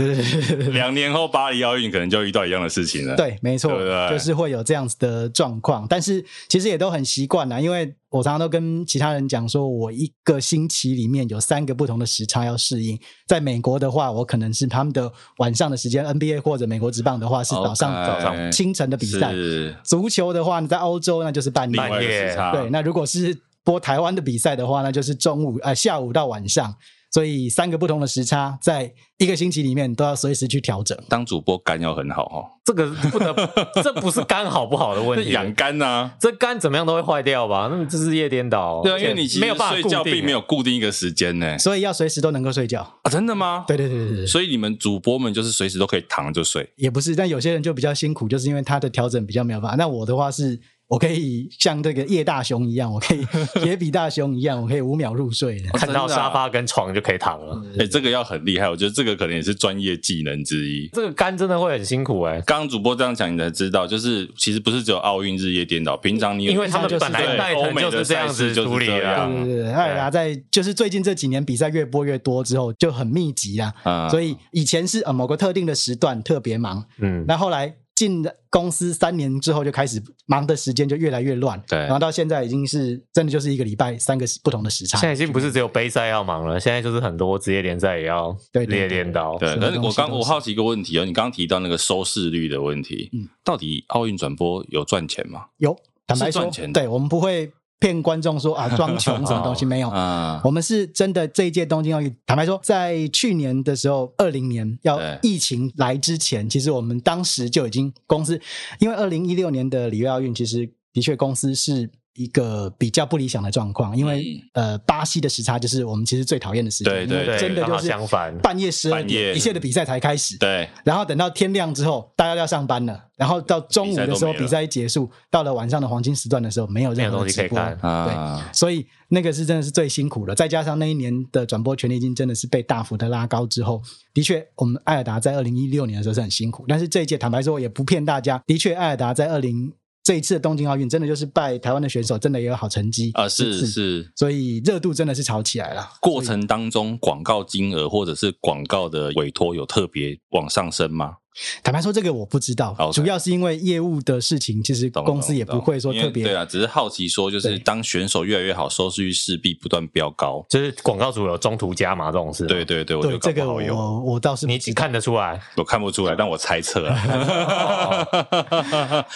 两年后巴黎奥运可能就遇到一样的事情了。， (laughs) 对，没错，对不对就是会有这样子的状况，但是其实也都很习惯啦，因为我常常都跟其他人讲说，我一个星期里面有三个不同的时差要适应。在美国的话，我可能是他们的晚上的时间，NBA 或者美国职棒的话是早上 OK 早上清晨的比赛，是足球的话你在欧洲那就是半夜，另外一个啊时差。对，那如果是播台湾的比赛的话，那就是中午呃下午到晚上。所以三个不同的时差，在一个星期里面都要随时去调整。当主播肝要很好哦，这个不得，这不是肝好不好的问这题，养肝呐。这肝怎么样都会坏掉吧？那么这是夜颠倒，对啊，因为而且你其没实有办法睡觉固定并没有固定一个时间呢、所以要随时都能够睡觉。啊，真的吗？对对对对对，所以你们主播们就是随时都可以躺就睡。也不是，但有些人就比较辛苦，就是因为他的调整比较没有办法。那我的话是，我可以像这个叶大雄一样，我可以 (laughs) 野比大雄一样，我可以 (laughs) 五秒入睡的。看到真的啊沙发跟床就可以躺了。嗯哎、这个要很厉害，我觉得这个可能也是专业技能之一。这个肝真的会很辛苦哎，刚刚主播这样讲，你才知道，就是其实不是只有奥运日夜颠倒，平常你有因为他们就是本来对带欧藤美就的是这样赛事子就是处理这啊样。对对对，艾尔达在就是最近这几年比赛越播越多之后，就很密集啦。啊所以以前是呃某个特定的时段特别忙，嗯，那后来进公司三年之后就开始忙的时间就越来越乱，对然后到现在已经是真的就是一个礼拜三个不同的时差现。在已经不是只有杯赛要忙了，现在就是很多职业联赛也要对对夜颠倒。对，什么但是东我西刚都我是好奇一个问题哦，你刚刚提到那个收视率的问题，嗯到底奥运转播有赚钱吗？有，坦白是说赚钱，的对我们不会骗观众 (laughs) 说啊装穷什么东西没有。啊，我们是真的这一届东京奥运，坦白说，在去年的时候，二零年要对疫情来之前，其实我们当时就已经公司，因为二零一六年的里约奥运，其实的确公司是一个比较不理想的状况，因为、呃，巴西的时差就是我们其实最讨厌的时间，嗯对对因为对真的刚就好是相反半夜十二半夜点一切的比赛才开始，对，然后等到天亮之后，大家都要上班了。然后到中午的时候，比赛都没了比赛一结束，到了晚上的黄金时段的时候，没有任何的直播没有东西可以啊对，所以那个是真的是最辛苦的。再加上那一年的转播权利金真的是被大幅的拉高之后，的确，我们艾尔达在二零一六年的时候是很辛苦。但是这一届，坦白说，也不骗大家，的确，艾尔达在二零这一次的东京奥运，真的就是拜台湾的选手，真的也有好成绩啊，是次是，所以热度真的是炒起来了。过程当中广告金额或者是广告的委托有特别往上升吗？坦白说，这个我不知道 OK 主要是因为业务的事情，其实懂公司也懂不会说懂因特为别对啊，只是好奇说，就是对当选手越来越好，收视率势必不断飙高。就是广告主有中途加码这种事，啊对，对对，我觉对得这搞个不好有我我倒是不你知道，看得出来。我看不出来，但我猜测啊。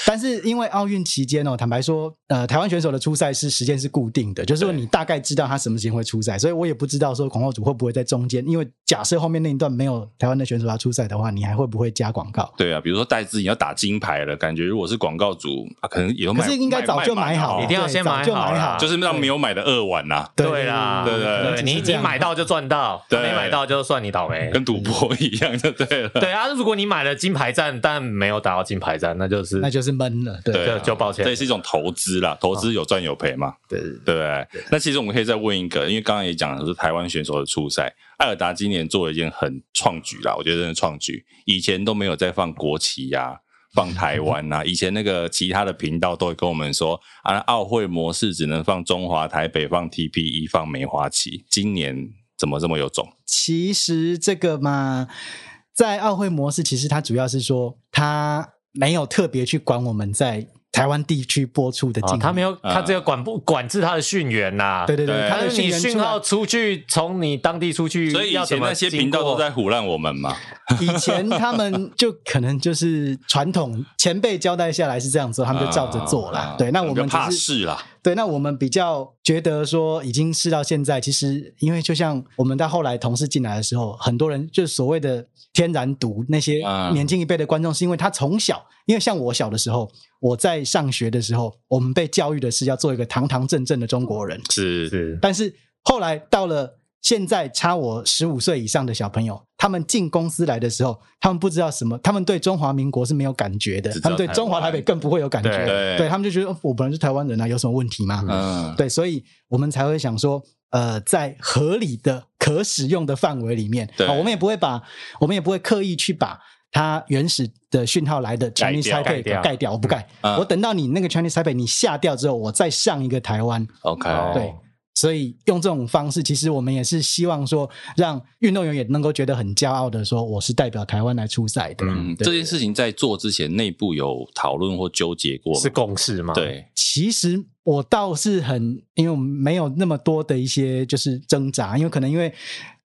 但是因为奥运期间哦，坦白说，呃，台湾选手的出赛是时间是固定的，就是说对你大概知道他什么时间会出赛，所以我也不知道说广告主会不会在中间，因为假设后面那一段没有台湾的选手要出赛的话，你还会不会加广 (laughs) 告？对啊，比如说戴资颖要打金牌了，感觉如果是广告主啊，可能也都可卖，是应该早就买卖好了，满一定要对先早买就好买啦好，就是让没有买的二碗呐、啦，对对对你这你样买到就赚到，对没买到就算你倒霉。跟赌博一样就对了。对啊，如果你买了金牌战，但没有打到金牌战，那就是那就是闷了，对。对啊就就抱歉这也是一种投资啦，投嗯资有赚有赔嘛，对对不对。那其实我们可以再问一个，因为刚刚也讲的是台湾选手的初赛，艾尔达今年做了一件很创举啦，我觉得真的创举，以前都没有在放国旗呀、放台湾呐、以前那个其他的频道都会跟我们说啊，奥会模式只能放中华台北、放 TPE、放梅花旗，今年怎么这么有种？其实这个嘛，在奥会模式，其实它主要是说，它没有特别去管我们在台湾地区播出的啊，禁、他没有，嗯他只有管不管制他的讯源呐。对对对对，它他的啊是你讯源出讯来号 (laughs) 出去，从你当地出去，所以以要前怎么那些经频道都过在唬烂我们嘛。以前他们就可能就是传统前辈交代下来是这样做，他们就照着做啦。啊对，那我就们怕只是事啦，对，那我们比较觉得说，已经试到现在，其实因为就像我们到后来同事进来的时候，很多人就是所谓的天然毒，那些嗯年轻一辈的观众，是因为他从小，因为像我小的时候，我在上学的时候，我们被教育的是要做一个堂堂正正的中国人，是是但是后来到了现在差我十五岁以上的小朋友，他们进公司来的时候，他们不知道什么，他们对中华民国是没有感觉的只，知道他们对中华台台湾北更不会有感觉，对他们就觉得、哦我本来是台湾人啊，有什么问题吗？嗯，对，所以我们才会想说，呃，在合理的可使用的范围里面，对啊我们也不会把，我们也不会刻意去把。它原始的讯号来的 Chinese 掉 Taipei 盖掉盖掉，我不盖。嗯我等到你那个 Chinese Taipei 你下掉之后，我再上一个台湾， ，OK，哦对，所以用这种方式，其实我们也是希望说，让运动员也能够觉得很骄傲的说，我是代表台湾来出赛的。嗯嗯，这件事情在做之前内部有讨论或纠结过吗，是共识嘛？，对，其实我倒是很，因为我们没有那么多的一些就是挣扎，因为可能因为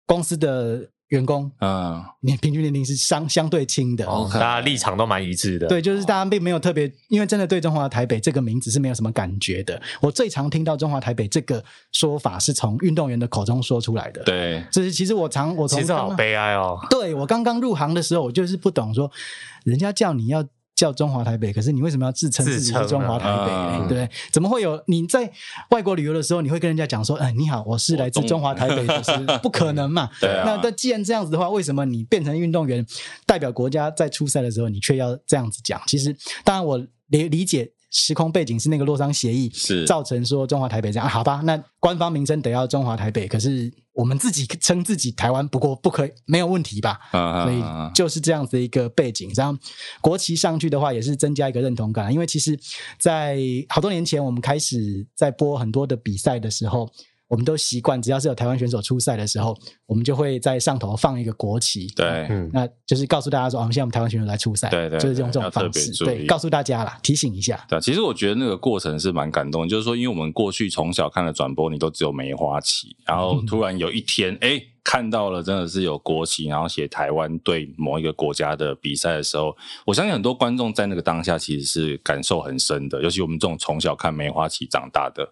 公司的员工嗯，年平均年龄是相相对轻的。哦 OK 大家立场都蛮一致的。对，就是大家并没有特别，因为真的对中华台北这个名字是没有什么感觉的。我最常听到中华台北这个说法是从运动员的口中说出来的。，对，就是其实我常我从其实刚好刚悲哀哦。对我刚刚入行的时候，我就是不懂说，人家叫你要叫中华台北，可是你为什么要自称自己是中华台北自称啊呢？对不对？怎么会有你在外国旅游的时候，你会跟人家讲说，哎，你好，我是来自中华台北的，是不可能嘛？对啊那那既然这样子的话，为什么你变成运动员，代表国家在出赛的时候，你却要这样子讲？其实，当然我理理解。时空背景是那个洛桑协议，是造成说中华台北这样、啊好吧？那官方名称得要中华台北，可是我们自己称自己台湾，不过不可以没有问题吧？嗯，所以就是这样子一个背景，这样国旗上去的话，也是增加一个认同感。因为其实，在好多年前，我们开始在播很多的比赛的时候，我们都习惯，只要是有台湾选手出赛的时候，我们就会在上头放一个国旗。对，嗯，那就是告诉大家说，我们现在我们台湾选手来出赛，对对就是用这对要种特方别式，注意对，告诉大家啦，提醒一下，对啊，其实我觉得那个过程是蛮感动的，就是说，因为我们过去从小看的转播，你都只有梅花旗，然后突然有一天，哎、看到了真的是有国旗，然后写台湾对某一个国家的比赛的时候，我相信很多观众在那个当下其实是感受很深的，尤其我们这种从小看梅花旗长大 (laughs) 的，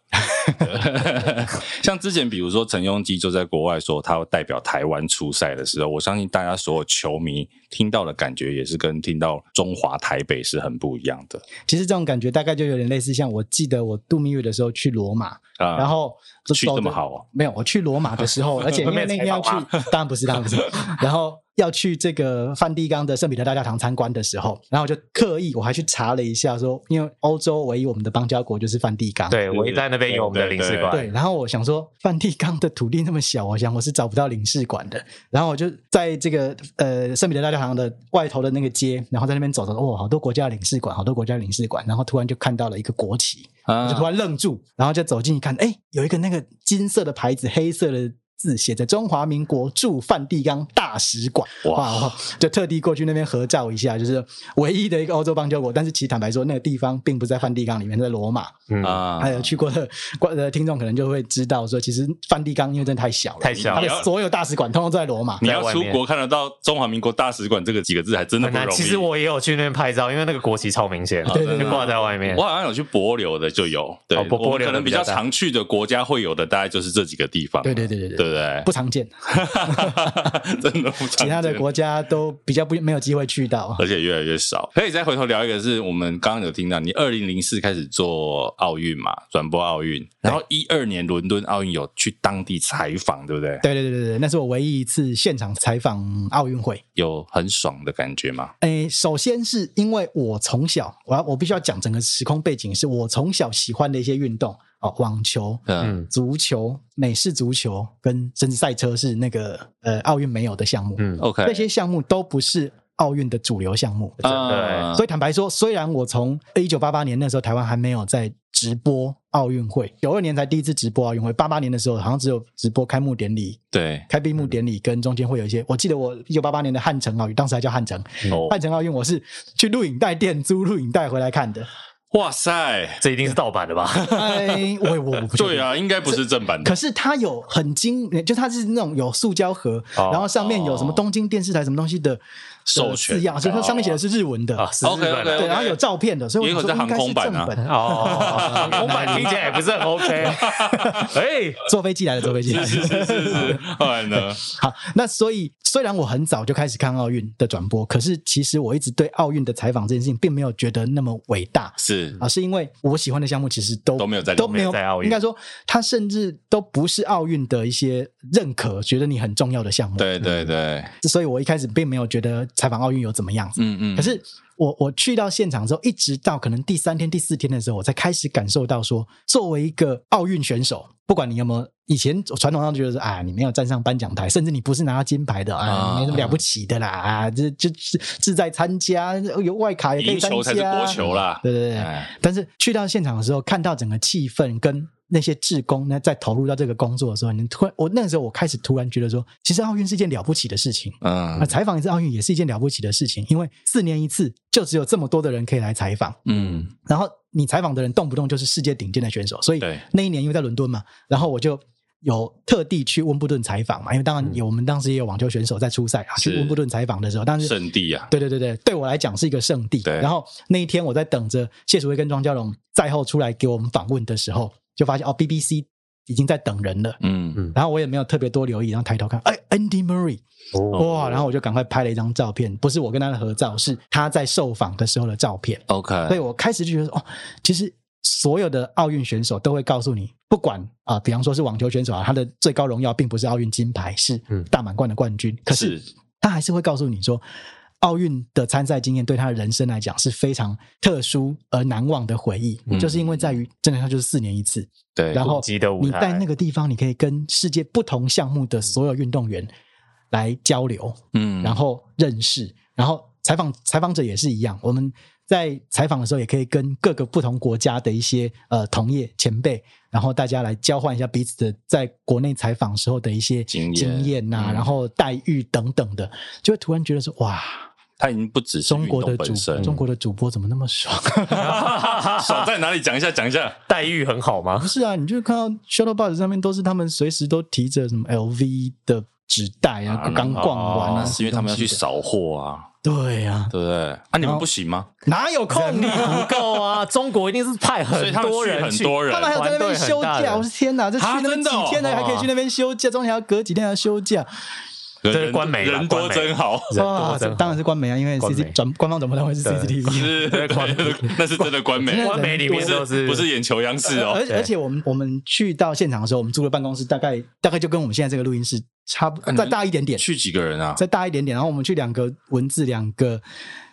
像之前，比如说陈庸基就在国外说他要代表台湾出赛的时候，我相信大家所有球迷听到的感觉也是跟听到中华台北是很不一样的其实这种感觉大概就有点类似，像我记得我度蜜月的时候去罗马，啊。然后就去走这么着好啊没有，我去罗马的时 (laughs) 候，而且因为那天要去， (laughs) 当然不是，当然不是。然后要去这个梵蒂冈的圣彼得大教堂参观的时候，然后我就刻意我还去查了一下说，因为欧洲唯一我们的邦交国就是梵蒂冈。对，我一在那边有我们的领事对对，馆，然后我想说，梵蒂冈的土地那么小，我想我是找不到领事馆的。然后我就在这个呃圣彼得大教堂的外头的那个街，然后在那边走走，哦，好多国家的领事馆，好多国家的领事馆。然后突然就看到了一个国旗，我就突啊，然愣住，然后就走近一看，哎，有一个那个金色的牌子，黑色的字写着“中华民国驻梵蒂冈大使馆”，哇，我就特地过去那边合照一下，就是唯一的一个欧洲邦交国。但是其实坦白说，那个地方并不在梵蒂冈里面，在罗马。嗯，啊还有去过的观的听众可能就会知道说，其实梵蒂冈因为真的太小了，太小它了的所有大使馆通通都在罗马。你要出国看得到中华民国大使馆这个几个字，还真的很不容难。易。其实我也有去那边拍照，因为那个国旗超明显，对对对就挂在外面我。好像有去帛流的就有，对，哦帛我们帛琉可能比较常去的国家会有的，大概就是这几个地方。对对对对对对，不 (laughs) 对？不常见，真的不常见呃其他的国家都比较不没有机会去到。而且越来越少。可以再回头聊一个，是我们刚刚有听到，你二零零四开始做奥运嘛，转播奥运，然后一二年伦敦奥运有去当地采访，对不对？对对对对对，那是我唯一一次现场采访奥运会。有很爽的感觉吗？诶，首先是因为我从小，我要我必须要讲整个时空背景，是我从小喜欢的一些运动，哦，网球、嗯，嗯足球、美式足球跟甚至赛车是那个呃奥运没有的项目，嗯， ，OK，这些项目都不是奥运的主流项目。嗯啊所以坦白说，虽然我从一九八八年那时候台湾还没有在直播奥运会，九二年才第一次直播奥运会，八八年的时候好像只有直播开幕典礼、对，开闭幕典礼跟中间会有一些。我记得我一九八八年的汉城奥运，当时还叫汉城，哦，汉城奥运我是去录影带店租录影带回来看的。哇塞，这一定是盗版的吧？哎，我我我不确定对。啊，应该不是正版的可，是它有很精，就它是那种有塑胶盒，哦然后上面有什么东京电视台什么东西的授权的字样，所以它上面写的是日文的，啊，是日本 OK，OK 的对，然后有照片的，所以我也有想说在航空版啊应该是正 (laughs) 本哦，红版听起来也不是很 OK。哎，坐飞机来的，坐飞机来是是的。是是，后来呢？好，那所以虽然我很早就开始看奥运的转播，可是其实我一直对奥运的采访这件事情并没有觉得那么伟大是 (laughs) 啊，是因为我喜欢的项目其实都都没有在里面都没有在奥运应该说它甚至都不是奥运的一些认可，觉得你很重要的项目。，嗯对对对，所以我一开始并没有觉得采访奥运有怎么样子。嗯嗯，可是我我去到现场之后，一直到可能第三天、第四天的时候，我才开始感受到说，作为一个奥运选手，不管你有没有以前传统上就觉得说啊，你没有站上颁奖台，甚至你不是拿到金牌的啊，啊你没什么了不起的啦，啊，这这志志在参加，有外卡也可以赢参加，球才是国球啦。对对对。哎但是去到现场的时候，看到整个气氛跟那些志工呢，在投入到这个工作的时候，你突然，我那个时候我开始突然觉得说，其实奥运是一件了不起的事情。那嗯采访一次奥运也是一件了不起的事情，因为四年一次，就只有这么多的人可以来采访。嗯，然后你采访的人动不动就是世界顶尖的选手，所以对那一年因为在伦敦嘛，然后我就有特地去温布顿采访嘛，因为当然有、我们当时也有网球选手在出赛啊，嗯去是温布顿采访的时候，但是圣地啊，对对对对，对我来讲是一个圣地。对然后那一天我在等着谢淑薇跟庄家荣赛后出来给我们访问的时候，就发现哦，BBC 已经在等人了。嗯然后我也没有特别多留意，然后抬头看，哎，Andy Murray，哇！哦然后我就赶快拍了一张照片，不是我跟他的合照，是他在受访的时候的照片。 ，OK，哎所以我开始就觉得说哦，其实所有的奥运选手都会告诉你，不管啊、比方说是网球选手啊，他的最高荣耀并不是奥运金牌，是嗯大满贯的冠军，可是是他还是会告诉你说。奥运的参赛经验对他的人生来讲是非常特殊而难忘的回忆，嗯就是因为在于真的，它就是四年一次，对，然后国际的舞你台在那个地方，你可以跟世界不同项目的所有运动员来交流，嗯然后认识，然后采访采访者也是一样，我们在采访的时候也可以跟各个不同国家的一些呃同业前辈，然后大家来交换一下彼此的在国内采访时候的一些经验经验呐、嗯然后待遇等等的，就会突然觉得说哇。他已经不只是中运国动的主本身，中国啊的主播怎么那么爽？ (laughs) (laughs) 爽在哪里？讲一下，讲一下。待遇很好 (laughs) 吗不？是啊，你就看到 shuttle bus 上面都是他们随时都提着什么 LV 的纸袋啊，钢那管完啊，那哦是因为他们要去扫货啊，对啊，对不对？啊，你们不行吗？哪有空能力不够啊！中国一定是派所以很他们多去人很去，多人他，们还有在那边团队很休大假，的我的天哪！这去啊那边真的几哦天还可以去那边休假，中间还要隔几天还要休假。对人官媒啦人多官媒真好，人多真好当然是官媒啊，因为官媒 CC 转官方转播单位是对 CCTV。 (laughs) 是官那是真的官媒，官媒里不面都是不是是眼球央视哦而，且对而且我们我们去到现场的时候，我们租的办公室大概大概就跟我们现在这个录音室差不嗯再大一点点，去几个人啊？再大一点点，然后我们去两个文字，两个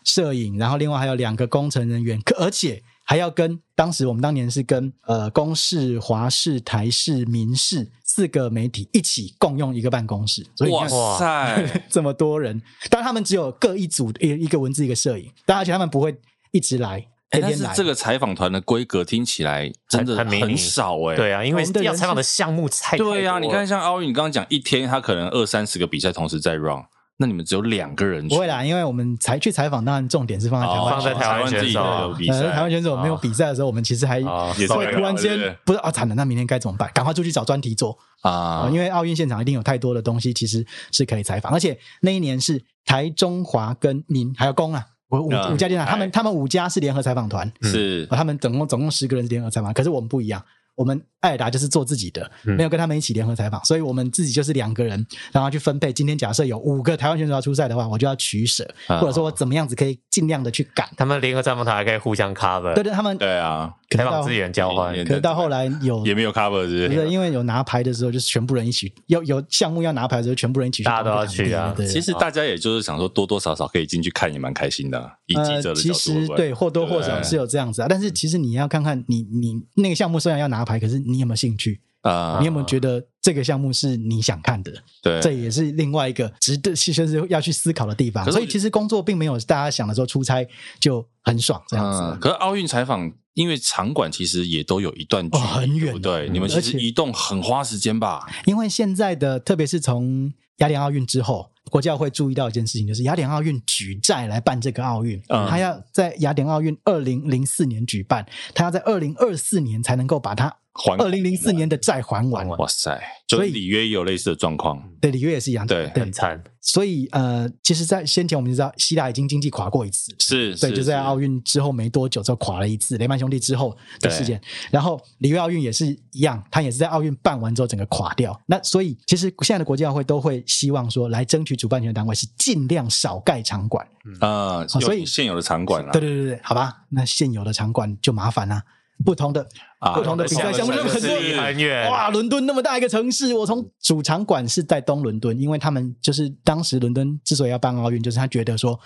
摄影，然后另外还有两个工程人员，可而且还要跟当时我们当年是跟呃公视、华视、台视、民视四个媒体一起共用一个办公室，所以你哇看。 (laughs) 哎塞，这么多人，但他们只有各一组一一个文字一个摄影，但而且他们不会一直来，哎天但天是来。这个采访团的规格听起来真的很迷你很少哎、对啊，因为我们的人要采访的项目太对呀、啊太多你了看像奥运，你刚刚讲一天他可能二三十个比赛同时在 run，那你们只有两个人去不会啦，因为我们才去采访，当然重点是放在台哦湾放在选手。台湾自己选手的啊有比呃，台湾赛，选手没有比赛的时候，我们其实还啊也是会突然对不对间不知道啊，惨了，那明天该怎么办？赶快出去找专题做啊！哦啊因为奥运现场一定有太多的东西，其实是可以采访，而且那一年是台中华跟民还有工啊，我五嗯五家电台，哎他们他们五家是联合采访团，是啊他们总共总共十个人是联合采访，可是我们不一样。我们艾尔达就是做自己的，嗯没有跟他们一起联合采访，所以我们自己就是两个人，然后去分配。今天假设有五个台湾选手要出赛的话，我就要取舍，啊或者说我怎么样子可以尽量的去赶。他们联合战盟台还可以互相 cover，对对，他们对啊，可采能访到资源交换也，可能到后来有也没有 cover 是不不是是，因为有拿牌的时候，就是全部人一起有有项目要拿牌的时候，全部人一起去大家都要帮助去啊场地对，其实大家也就是想说，多多少少可以进去看，也蛮开心的啊。以记者的呃，其角度实会不会，对或多或对少不对是有这样子啊，但是其实你要看看你你那个项目虽然要拿牌，可是你有没有兴趣？啊你，有没有觉得这个项目是你想看的？对，这也是另外一个值得其实是要去思考的地方可。是我所以其实工作并没有大家想的说出差就很爽这样子嗯啊。可是奥运采访，因为场馆其实也都有一段距离，哦很远对不对，嗯你们其实而且移动很花时间吧？因为现在的，特别是从雅典奥运之后，国教会注意到一件事情，就是雅典奥运举债来办这个奥运，嗯他要在雅典奥运二零零四年举办，他要在二零二四年才能够把他还二零零四年的债还完。哇塞，就所是以里约也有类似的状况，对，里约也是一样，对对很，惨。所以呃，其实，在先前我们就知道，希腊已经经济垮过一次，是，对，就在奥运，运之后没多久之后垮了一次，雷曼兄弟之后的对事件。然后里约奥运也是一样，他也是在奥运办完之后整个垮掉。那所以其实现在的国际奥会都会希望说，来争取主办权单位是尽量少盖场馆。啊，有所以现有的场馆啦啊对，对对对，好吧，那现有的场馆就麻烦啦、不同的啊不同的比赛项目那就个很是多是很远，哇，伦敦那么大一个城市，我从主场馆是在东伦敦，因为他们就是当时伦敦之所以要办奥运，就是他觉得说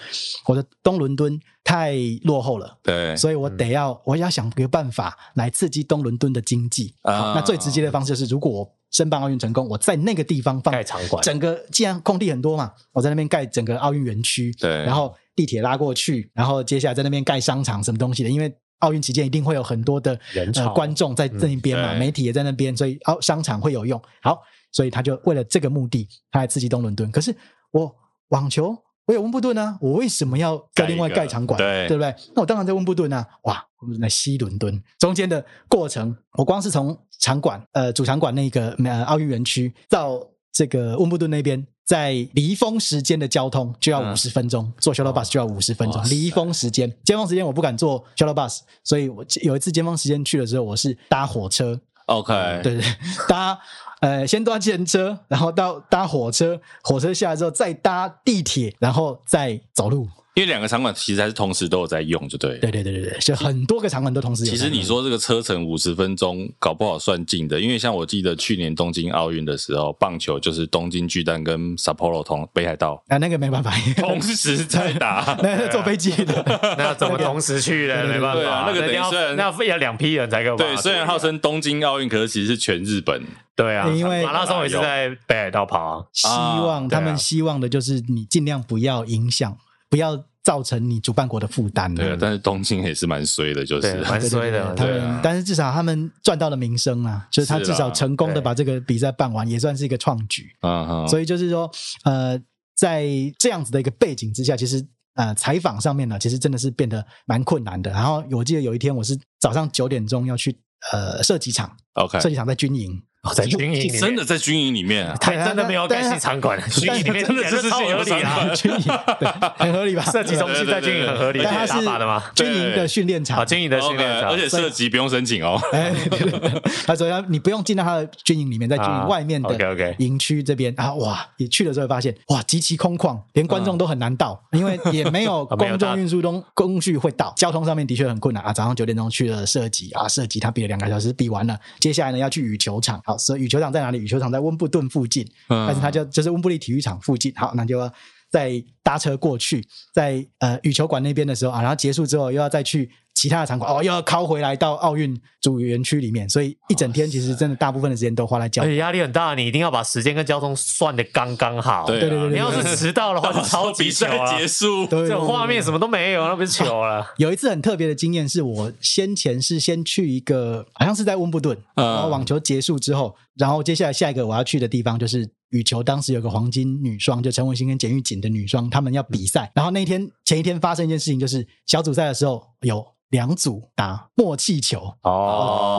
我的东伦敦太落后了，对，嗯所以我得要、我要想个办法来刺激东伦敦的经济。啊好那最直接的方式是，如果我申办奥运成功，我在那个地方放盖场馆整个既然空地很多嘛，我在那边盖整个奥运园区，对然后地铁拉过去，然后接下来在那边盖商场什么东西的，因为。奥运期间一定会有很多的人呃潮观众在这一边嗯嘛，对媒体也在那边，所以奥商场会有用。好，所以他就为了这个目的，他来刺激东伦敦。可是我网球，我有温布顿啊，我为什么要再另外盖一个盖场馆？对对不对？那我当然在温布顿啊，哇，温布顿在西伦敦，中间的过程，我光是从场馆，呃，主场馆那个呃奥运园区到这个温布顿那边，在离峰时间的交通就要嗯哦五十分钟，坐 shuttle bus 就要五十分钟哇，塞离峰时间，尖峰时间我不敢坐 shuttle bus，所以我有一次尖峰时间去的时候，我是搭火车， OK，嗯对对，对搭呃先搭计程车，然后到搭火车，火车下来之后再搭地铁，然后再走路。因为两个场馆其实还是同时都有在用，就对了。对对对对对，就很多个场馆都同时有。其实你说这个车程五十分钟，搞不好算近的，因为像我记得去年东京奥运的时候，棒球就是东京巨蛋跟 Sapporo 同北海道啊，那个没办法，同时在打。 (laughs) 那是坐飞机 (laughs) 啊 (laughs) 的。那怎么同时去呢？没办对啊法，那个等于要虽然那要要两批人才够吧。对，虽然号称东京奥运，可是其实是全日本。对啊，因为马拉松也是在北海道跑啊。 (laughs) 希望、对啊他们希望的就是你尽量不要影响，不要造成你主办国的负担。啊对，但是东京也是蛮衰的，就对是，蛮衰的，他对啊们，但是至少他们赚到了名声啊，就是他是至少啦成功的对把这个比赛办完，也算是一个创举。嗯哼，所以就是说，呃，在这样子的一个背景之下，其实呃，采访上面呢，其实真的是变得蛮困难的。然后我记得有一天，我是早上九点钟要去呃射击场， OK，射击场在军营，哦在军营里面真的在军营里面啊，他真的没有对盖啊新场馆，军营里面真的是是超现合有理场啊馆。军营对很合理吧？设计中心在军营很合理，对对啊打但它是法的吗？军营的训练啊，场。军营的训 OK，练场，而且射击不用申请哦。哎， (laughs) 对对对他说要你不用进到他的军营里面，在军啊营外面的 OK，OK 营区这边啊，哇！你去了之后发现，哇，极其空旷，连观众都很难到，因为也 (laughs) 没有啊嗯没有公大众运输中工具会到，交通上面的确很困难啊。早上九点钟去了射击啊，射击他比了两个小时，比完了，接下来呢要去羽球场，好，所以羽球场在哪里？羽球场在温布顿附近，嗯但是他就就是温布利体育场附近，好，那就要再搭车过去，在呃羽球馆那边的时候啊，然后结束之后又要再去其他的场馆，哦，又要靠回来到奥运主园区里面，所以一整天其实真的大部分的时间都花在交而且哎压力很大，你一定要把时间跟交通算的刚刚好。对啊对对对你要是迟到的话，就超级比糗赛啊！结束，对这种画面什么都没有，那不是糗了？有一次很特别的经验，是我先前是先去一个，好像是在温布顿，嗯然后网球结束之后，然后接下来下一个我要去的地方就是羽球，当时有个黄金女双，就陈文心跟简玉锦的女双，她们要比赛。然后那一天前一天发生一件事情，就是小组赛的时候有两组打默契球。哦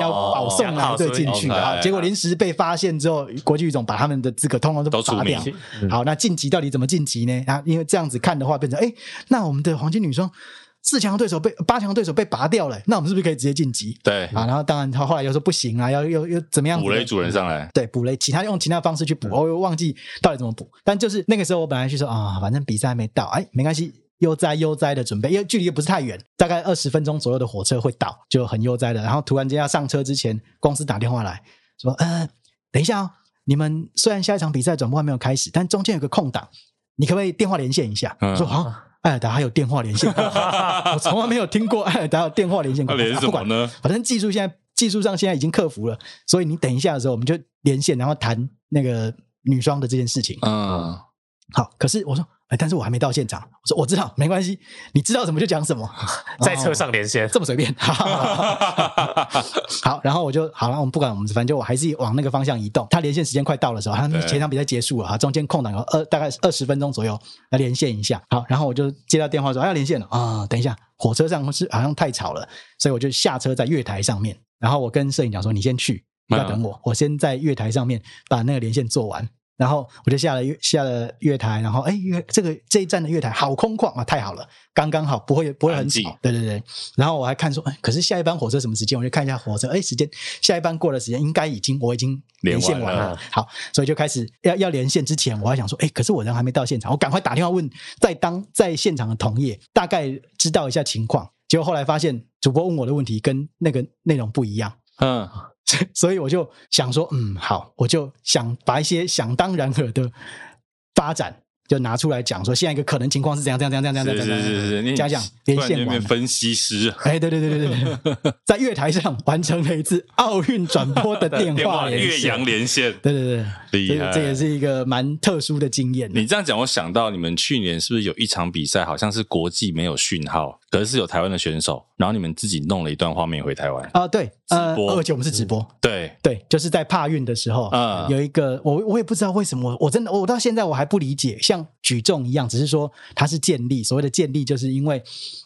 要保送好哪一队进去所以哦啊？ OK 结果临时被发现之后，国际羽总把他们的资格通通都都除拔名嗯掉。好，那晋级到底怎么晋级呢？啊，因为这样子看的话，变成哎、诶那我们的黄金女双四强的对手被八强的对手被拔掉了，那我们是不是可以直接晋级？对，啊，然后当然他后来又说不行啊，要又又怎么样子五的？雷主人上来，对补了其他用其他方嗯式去补，我又忘记到底怎么补。但就是那个时候，我本来去说啊，反正比赛还没到，哎，没关系，悠哉悠哉的准备，因为距离又不是太远，大概二十分钟左右的火车会到，就很悠哉的。然后突然间要上车之前，公司打电话来说：“呃，等一下哦，你们虽然下一场比赛转播还没有开始，但中间有个空档，你可不可以电话连线一下？”嗯我说：“啊，艾尔达还有电话 (laughs) 连线功能，我从来没有听过艾尔达有电话连线功那能。连啊什么不管呢？反正技术现在技术上现在已经克服了，所以你等一下的时候，我们就连线，然后谈那个女装的这件事情。啊嗯，好，可是我说，哎，但是我还没到现场。我说我知道，没关系，你知道什么就讲什么， (laughs) 在车 (laughs) 上连线，哦这么随 (laughs) 便。好，然后我就好了，我们不管我们，反正我还是往那个方向移动。他连线时间快到的时候，他对前场比赛结束了啊，中间空档有二大概二十分钟左右来连线一下。好，然后我就接到电话说、啊、要连线了啊、等一下，火车上是好像太吵了，所以我就下车在月台上面，然后我跟摄影讲说你先去，嗯不要等我，我先在月台上面把那个连线做完。然后我就下了月下了月台，然后哎月这个这一站的月台好空旷啊，太好了，刚刚好，不会不会很安静吵，对对对。然后我还看说，哎，可是下一班火车什么时间？我就看一下火车，哎，时间下一班过了时间，应该已经我已经连线完连了。完好，所以就开始要要连线之前，我还想说，哎，可是我人还没到现场，我赶快打电话问在当在现场的同业，大概知道一下情况。结果后来发现主播问我的问题跟那个内容不一样， (laughs) 嗯，所以我就想说，嗯，好，我就想把一些想当然尔的发展就拿出来讲，说现在一个可能情况是怎样怎样怎样怎样是怎样是怎样，是是，你讲讲突连然线间变完了。分析师，哎，对对对对对 (laughs) 对，在月台上完成了一次奥运转播的电电话话连 (laughs) 岳阳线。连线，对对对，厉这害个这也是一个蛮特殊的经验。你这样讲，我想到你们去年是不是有一场比赛，好像是国际没有讯号，可是有台湾的选手，然后你们自己弄了一段画面回台湾。啊，对，呃，直播而且我们是直播，嗯对，对，就是在帕运的时候，嗯有一个我我也不知道为什么，我真的我到现在我还不理解，像举重一样，只是说它是建立，所谓的建立就是因为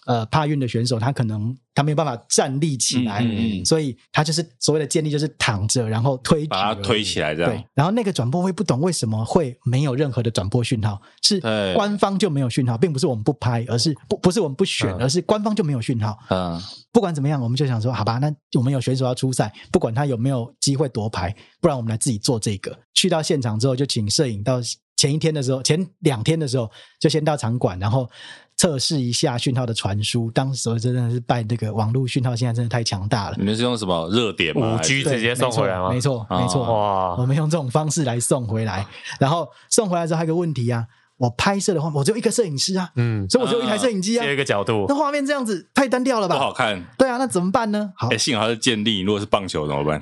呃帕运的选手他可能他没有办法站立起来，嗯嗯嗯所以他就是所谓的建立就是躺着然后推举把它而已推起来这对样。，然后那个转播会不懂为什么会没有任何的转播讯号，是对官方就没有讯号，并不是我们不拍，而是不不是我们不选，嗯而是官方就没有讯号。嗯，不管怎么样，我们就想说，好吧，那我们有选手要出赛，不管他有没有机会夺牌，不然我们来自己做这个。去到现场之后，就请摄影到前一天的时候，前两天的时候，就先到场馆，然后测试一下讯号的传输。当时我真的是拜这个网络讯号，现在真的太强大了你。们是用什么热点吗？五 G 嗯直接送回来吗？哦没，错，没错，我哇，们用这种方式来送回来，然后送回来之后还有一个问题啊，我拍摄的话，我只有一个摄影师啊，嗯，所以我只有一台摄影机啊有，一个角度那，画面这样子太单调了不好吧？看。对啊，那怎么办呢？好哎、，幸好它是建立，如果是棒球怎么办？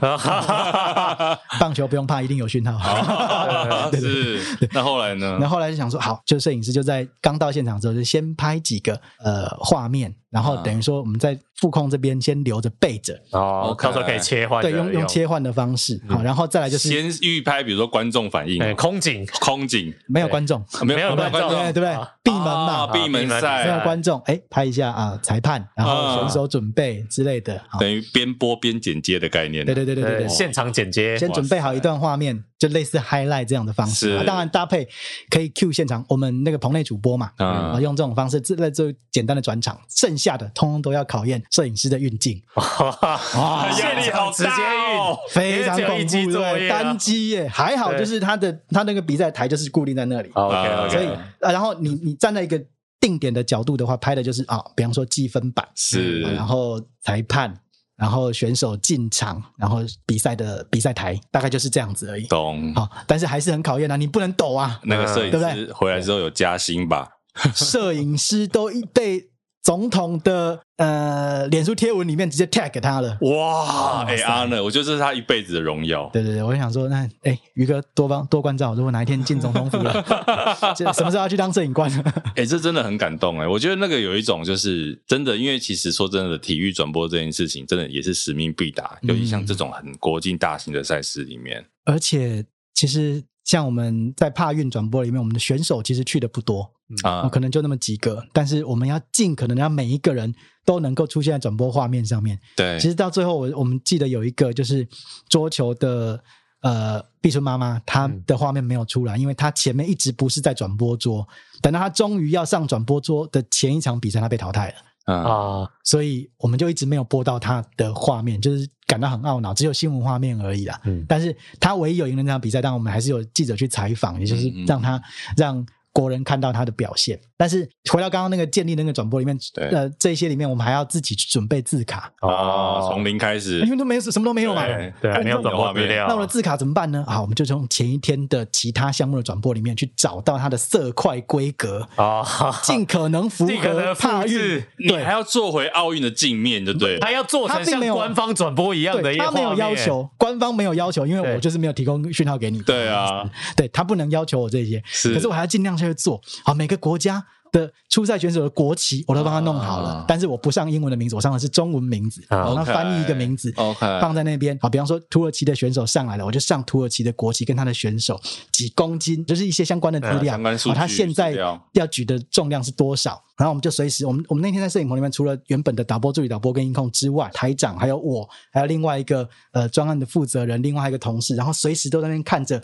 棒球不用怕，一定有讯 (laughs) 号。对对对。是，那后来呢然？后后来就想说，好，就摄影师就在刚到现场之后，就先拍几个呃画面，然啊后等于说我们在副控这边先留着备着，哦，到时候可以切换的，对，用用切换的方式，好，然后再来就是先预拍，比如说观众反应、哎空景，空景，没有观众，没没有没有观观众众对对不对啊？闭门嘛啊，闭门赛，没有观众，哎，拍一下啊，裁判，然后选手准备之类的，好，对等于边播边剪接的概念。对对对对对对，对，现场剪接，先准备好一段画面，就类似 highlight 这样的方式，是啊当然搭配可以 Q 现场我们那个棚内主播嘛，嗯啊，用这种方式，这这就简单的转场，剩下的通通都要考验摄影师的运 (laughs) 镜， (laughs) 哇，谢你好直接运，非常恐一怖，机作对，业啊单机耶，还好对就是他的他那个比赛台就是固定在那里， ，OK 啊 OK，所以啊，然后你你站在一个定点的角度的话，拍的就是啊，比方说积分板，啊是然后裁判，然后选手进场，然后比赛的比赛台，大概就是这样子而已。懂。，好，但是还是很考验啊，你不能抖啊那个摄对不影对师回来之后有加薪吧？摄影师都一被总统的呃脸书贴文里面直接 tag 他了。哇，哎塞阿呢，我觉得这是他一辈子的荣耀。对对对，我就想说，那哎，于哥多帮多关照，如果哪一天进总统府了， (laughs) 这什么时候要去当摄影官？ (laughs) 哎、这真的很感动哎、我觉得那个有一种就是真的，因为其实说真的，体育转播这件事情真的也是使命必达，嗯尤其像这种很国际大型的赛事里面，而且其实像我们在帕运转播里面，我们的选手其实去的不多，啊啊，可能就那么几个，但是我们要尽可能让每一个人都能够出现在转播画面上面。对，其实到最后我，我们记得有一个就是桌球的呃碧春妈妈，她的画面没有出来，因为她前面一直不是在转播桌，等到她终于要上转播桌的前一场比赛，她被淘汰了。嗯，哦啊，所以我们就一直没有播到她的画面，就是感到很懊恼，只有新闻画面而已啦。嗯但是她唯一有赢了那场比赛，但我们还是有记者去采访，也就是嗯嗯让她让国人看到她的表现。但是回到刚刚那个建立那个转播里面，对呃，这些里面我们还要自己去准备字卡，啊，从零开始因，为都没有什么都没有嘛。对对啊啊，没有转播资料，那我的字卡怎么办呢？啊，我们就从前一天的其他项目的转播里面去找到它的色块规格，啊， (laughs) 尽可能符尽可合能复帕运制。你还要做回奥运的镜面，就对了。他要做成像官方转播一样的对，一他个没有画面要，求，官方没有要求，因为对我就是没有提供讯号给你。对啊，对他不能要求我这些，是可是我还要尽量去做。好，每个国家的初赛选手的国旗我都帮他弄好了，啊但是我不上英文的名字，我上的是中文名字，啊然后翻译一个名字。 OK，放在那边好，比方说土耳其的选手上来了，我就上土耳其的国旗跟他的选手几公斤，就是一些相关的资嗯料，哦相关数好他据现在资料要举的重量是多少，然后我们就随时，我们我们那天在摄影棚里面，除了原本的导播、助理导播跟音控之外，台长还有我，还有另外一个呃专案的负责人，另外一个同事，然后随时都在那边看着，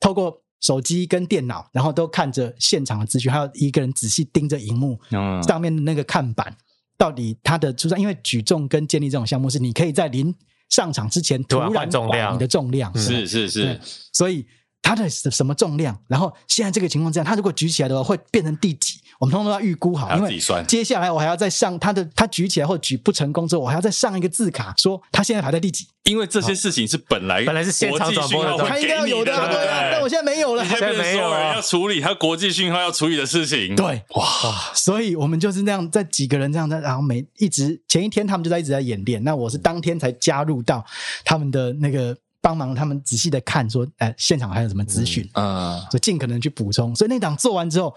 透过。手机跟电脑，然后都看着现场的资讯，还有一个人仔细盯着荧幕，嗯上面的那个看板，到底它的出赛，因为举重跟健力这种项目是你可以在临上场之前突突然啊换然重把量你的重量是是是对，所以它的什什么重量，然后现在这个情况这样，它如果举起来的话会变成第几，我们通通都要预估好，还因要自己为算。接下来我还要再上它的，它举起来或举不成功之后，我还要再上一个字卡，说它现在排在第几，因为这些事情是本来本来是现场转播的国际讯号我会它应该要有的啊，哦给你对啊，但我现在没有对了不对。现在变成所有没有人啊要处理，还有国际讯号要处理的事情。对，哇，所以我们就是那样，在几个人这样在，然后每一直前一天他们就在一直在演练，那我是当天才加入到他们的那个帮忙，他们仔细的看说，哎、现场还有什么资讯，嗯，所以尽可能去补充。所以那档做完之后。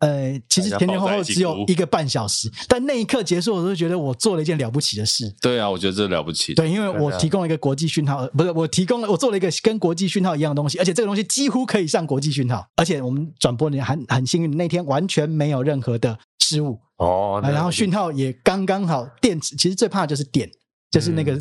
呃，其实前前后大家抱在后一起只有哭一个半小时，但那一刻结束，我就觉得我做了一件了不起的事。对啊，我觉得这了不起。对，因为真我的提供了一个国际讯号，呃不是我提供了，我做了一个跟国际讯号一样的东西，而且这个东西几乎可以上国际讯号，而且我们转播人很很幸运，那天完全没有任何的失误，哦，呃然后讯号也刚刚好，电池其实最怕的就是电，就是那个、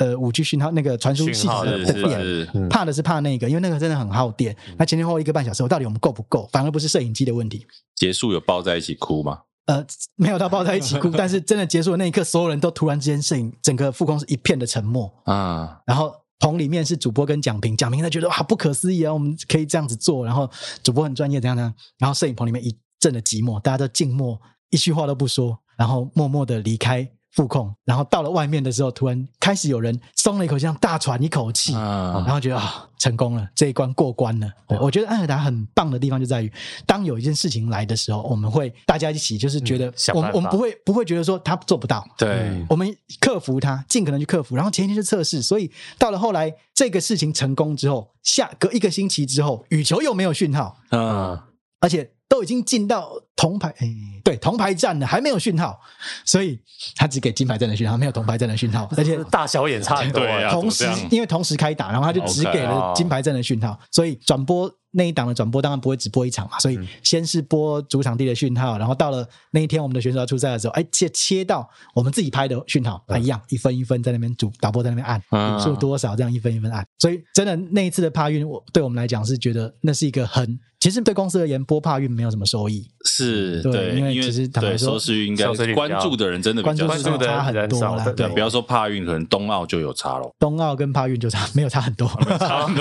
呃五 G 讯号那个传输系讯统号的是的是电。是，嗯怕的是怕那个，因为那个真的很耗电。那前前后后一个半小时，我到底我们够不够？反而不是摄影机的问题，结束有抱在一起哭吗？呃，没有到抱在一起哭，但是真的结束的那一刻，所有人都突然之间摄影，整个副工是一片的沉默。啊，然后棚里面是主播跟蒋平，蒋平他觉得哇不可思议啊，我们可以这样子做，然后主播很专业，怎样怎样，然后摄影棚里面一阵的寂寞，大家都静默，一句话都不说，然后默默的离开副控，然后到了外面的时候，突然开始有人松了一口气，像大喘一口气。啊然后觉得啊、成功了，这一关过关了。对我觉得安尔达很棒的地方就在于，当有一件事情来的时候，我们会大家一起，就是觉得、嗯想我办们法我们不会不会觉得说他做不到，对，我们克服它，尽可能去克服。然后前一天是测试，所以到了后来这个事情成功之后，下隔一个星期之后，羽球又没有讯号，嗯，而且都已经进到铜牌，哎，对，铜牌站了，还没有讯号，所以他只给金牌站的讯号，没有铜牌站的讯号，而且大小眼差很多，对啊哎怎么同时这样因为同时开打，然后他就只给了金牌证的讯号，所以转播那一档的转播当然不会只播一场嘛，所以先是播主场地的讯号，然后到了那一天我们的选手要出赛的时候，哎切切到我们自己拍的讯号，啊一样一分一分在那边主导播在那边按嗯点数多少这样一分一分按，所以真的那一次的帕运，我对我们来讲是觉得那是一个很，其实对公司而言播帕运没有什么收益，是，对对，因因为其实坦白对说收视率应该收视率比较关注的人真的比较关关注注少的的差很人多少啦，对对，对不要说帕运，可能冬奥就有差喽。冬奥跟帕运就差 (laughs) 没有差很多，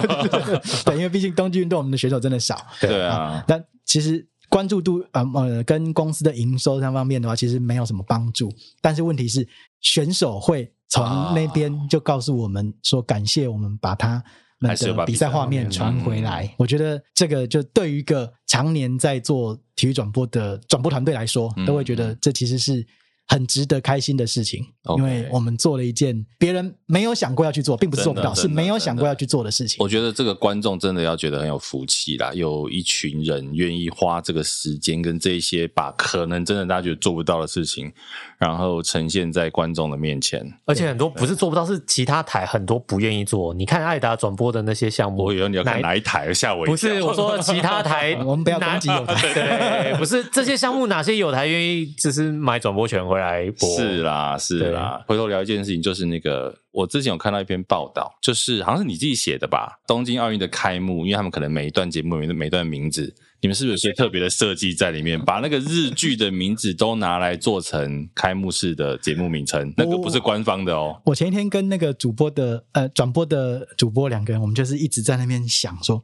(laughs) 对，因为毕竟冬季运动我们的选手真的少。对啊，那其实关注度呃呃跟公司的营收上方面的话，其实没有什么帮助。但是问题是，选手会从那边就告诉我们说，感谢我们把他。们还是有把的比比赛嗯赛画面传回来，我觉得这个就对于一个常年在做体育转播的转播团队来说，嗯都会觉得这其实是很值得开心的事情， OK 因为我们做了一件别人没有想过要去做，并不是做不真到，的是没有真的想过要去做的事情我。觉得这个观众真的要觉得很有福气啦，有一群人愿意花这个时间跟这一些把可能真的大家觉得做不到的事情，然后呈现在观众的面前。而且很多不是做不到，是其他台很多不愿意做。你看艾达转播的那些项目，我以为你要看哪一台，吓我一跳。不是我说其他台 (laughs) ，我们不要哪攻击有 (laughs) 台对，不是这些项目哪些有台愿意就是买转播权回来播？是啦，是啦。回头聊一件事情，就是那个我之前有看到一篇报道，就是好像是你自己写的吧？东京奥运的开幕，因为他们可能每一段节目、每每一段名字，你们是不是有些特别的设计在里 (laughs) 面，把那个日剧的名字都拿来做成开幕式的节目名称？那个不是官方的哦。我前一天跟那个主播的呃转播的主播两个人，我们就是一直在那边想说，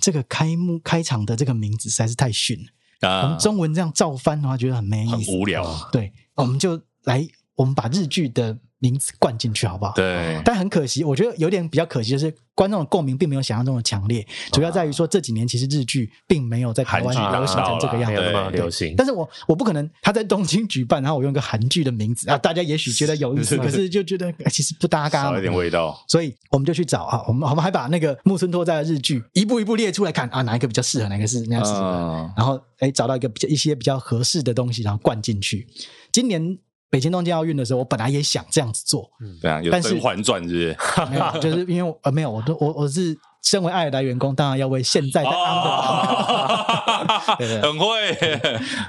这个开幕开场的这个名字实在是太逊了。啊，我们哦中文这样照翻的话，觉得很没很意思。无聊，对，我们就来，我们把日剧的名字灌进去，好不好？。对，但很可惜，我觉得有点比较可惜，就是观众的共鸣并没有想象中的强烈，主要在于说这几年其实日剧并没有在台湾韩剧流行成这个样啊没有那子。么对流行。但是我我不可能他在东京举办，然后我用一个韩剧的名字啊，大家也许觉得有意思，可是就觉得呃其实不搭嘎嘛，少一点味道，所以我们就去找啊，我们我们还把那个木村拓哉的日剧一步一步列出来看啊，哪一个比较适合，哪一个是哪一个适合，嗯，然后哎找到一个比较一些比较合适的东西，然后灌进去。今年北京东京奥运的时候，我本来也想这样子做，对啊，有《但是甄嬛传》是没有，就是因为我呃没有，我都我我是身为爱尔兰员工，当然要为现在不是？在安的打扮。哦， (laughs) 对对很会， (laughs)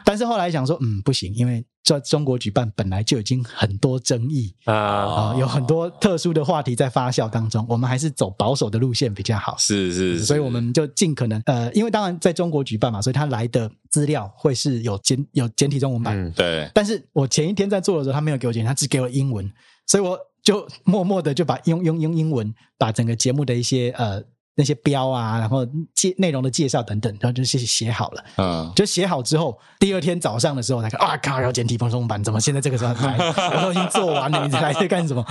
但是后来想说，嗯，不行，因为在中国举办本来就已经很多争议啊，啊、哦有很多特殊的话题在发酵当中，我们还是走保守的路线比较好。是是，是所以我们就尽可能呃，因为当然在中国举办嘛，所以他来的资料会是有简有简体中文版。嗯， (laughs) 对但是我前一天在做的时候，他没有给我简体，他只给我英文，所以我就默默的就把用用用英文把整个节目的一些呃那些标啊，然后介内容的介绍等等，然后就写写好了。嗯，就写好之后，第二天早上的时候才看啊，靠，要简体放松版，怎么现在这个时候 (laughs) 才来？我都已经做完了，你来这干什么？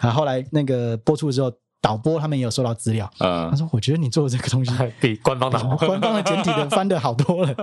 啊，后来那个播出之后，导播他们也有收到资料，他嗯，说我觉得你做的这 (laughs) 个东西还比官方的好。 (laughs) 官方的简体的翻的好多了。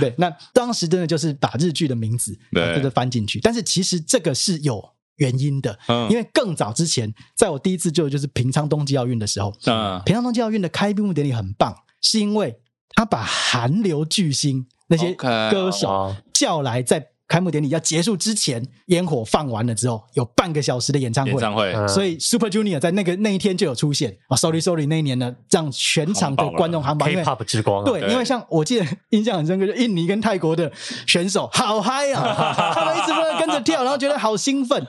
对，那当时真的就是把日剧的名字对真的翻进去，但是其实这个是有原因的，嗯因为更早之前，在我第一次就就是平昌冬季奥运的时候，嗯平昌冬季奥运的开闭幕典礼很棒，是因为他把韩流巨星那些 OK，歌手哦叫来在。开幕典礼要结束之前，烟火放完了之后，有半个小时的演唱演会，唱会，嗯所以 Super Junior 在那个那一天就有出现啊、s o r r y Sorry 那一年呢，让全场的观众喊爆，因为 K-pop 之光啊，对，对因为像我记得印象很深刻，就印尼跟泰国的选手 (laughs) 好嗨啊， (laughs) 他们一直不断跟着跳，然后觉得好 (laughs) 兴奋，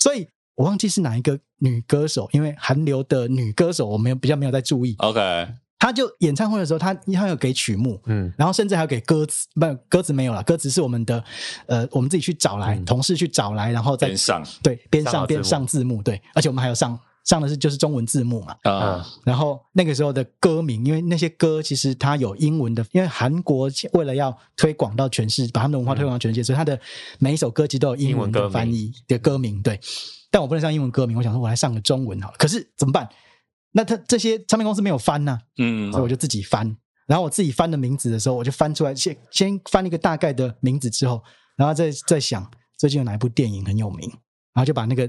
所以我忘记是哪一个女歌手，因为韩流的女歌手我没有比较没有在注意， ，OK，她就演唱会的时候，她她有给曲目，嗯，然后甚至还有给歌词，不歌词没有了，歌词是我们的呃我们自己去找来，嗯同事去找来，然后再边上对边上上好边字幕上字幕，对，而且我们还有上上的是就是中文字幕嘛，啊，然后那个时候的歌名，因为那些歌其实它有英文的，因为韩国为了要推广到全世，把他们的文化推广到全世界，所以它的每一首歌其实都有英文英文歌的名翻译的歌名。对，但我不能上英文歌名，我想说我来上个中文好了。可是怎么办？ (laughs) 那他这些唱片公司没有翻呐、嗯所以我就自己翻。然后我自己翻的名字的时候，我就翻出来，先先翻一个大概的名字之后，然后再再想最近有哪一部电影很有名，然后就把那个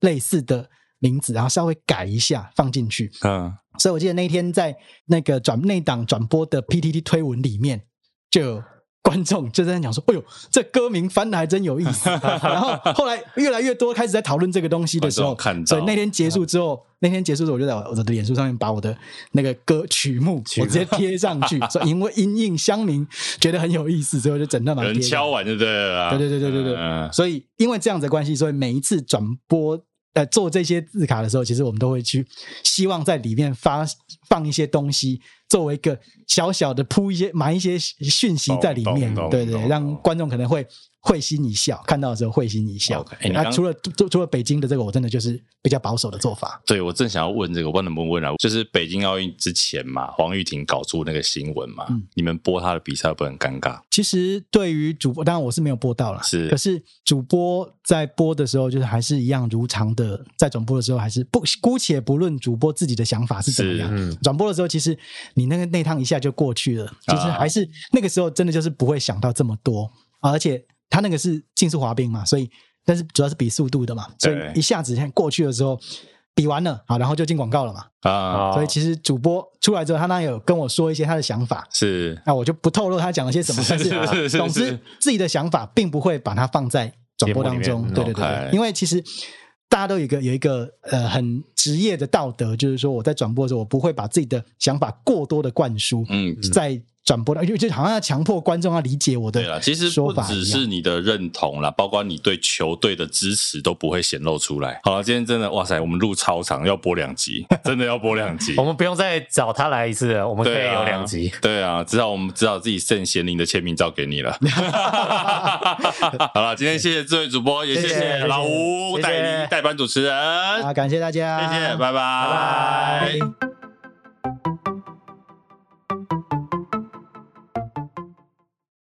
类似的名字，然后稍微改一下放进去。嗯，所以我记得那一天在那个转内档转播的 PTT 推文里面，就有观众就在那讲说：“哎呦，这歌名翻的还真有意思。”然后后来越来越多开始在讨论这个东西的时候，观众看到所以那天结束之后，那天结束之后，我就在我的脸书上面把我的那个歌曲目我直接贴上去，说因为因应乡民觉得很有意思，所以我就整段把它人贴上敲完就对了啦，对对对对对对，啊嗯所以因为这样子的关系，所以每一次转播呃做这些字卡的时候，其实我们都会去希望在里面发放一些东西，作为一个小小的铺一些埋一些讯息在里面懂懂，对对，懂让观众可能会会心一笑，看到的时候会心一笑 OK，哎。你那、刚除了除除了北京的这个，我真的就是比较保守的做法。对，我正想要问这个，我不知道能不能问啊？就是北京奥运之前嘛，黄玉婷搞出那个新闻嘛，嗯你们播她的比赛会不会很尴尬？其实对于主播，当然我是没有播到啦，是可是主播在播的时候，就是还是一样如常的，在转播的时候，还是不姑且不论主播自己的想法是怎么是样，嗯，转播的时候，其实你那个那趟一下就过去了，就是啊还是、那个时候真的就是不会想到这么多，啊、而且他那个是竞速滑冰嘛，所以但是主要是比速度的嘛，所以对一下子像过去的时候。比完了好，然后就进广告了嘛。啊，哦所以其实主播出来之后，他那有跟我说一些他的想法，是那我就不透露他讲了些什么。但是是是是，啊是总之自己的想法并不会把它放在转播当节目中里。面对对对 OK 对，因为其实大家都有一个有一个呃很职业的道德，就是说我在转播的时候，我不会把自己的想法过多的灌输，嗯，在转播的，因为就好像要强迫观众要理解我对了，的其实说不法只一是样。你的认同啦，包括你对球队的支持都不会显露出来。好了，今天真的哇塞，我们录超长，要播两集，真的要播两 (laughs) 集 (laughs) 我。们不用再找他来一次了，我们可以对啊有两集。对啊，至少我们知道自己圣贤灵的签名照给你了。好了，今天谢谢这位主播，也谢谢谢老吴谢谢代理代班主持人，啊，感谢大家，谢谢，拜拜。拜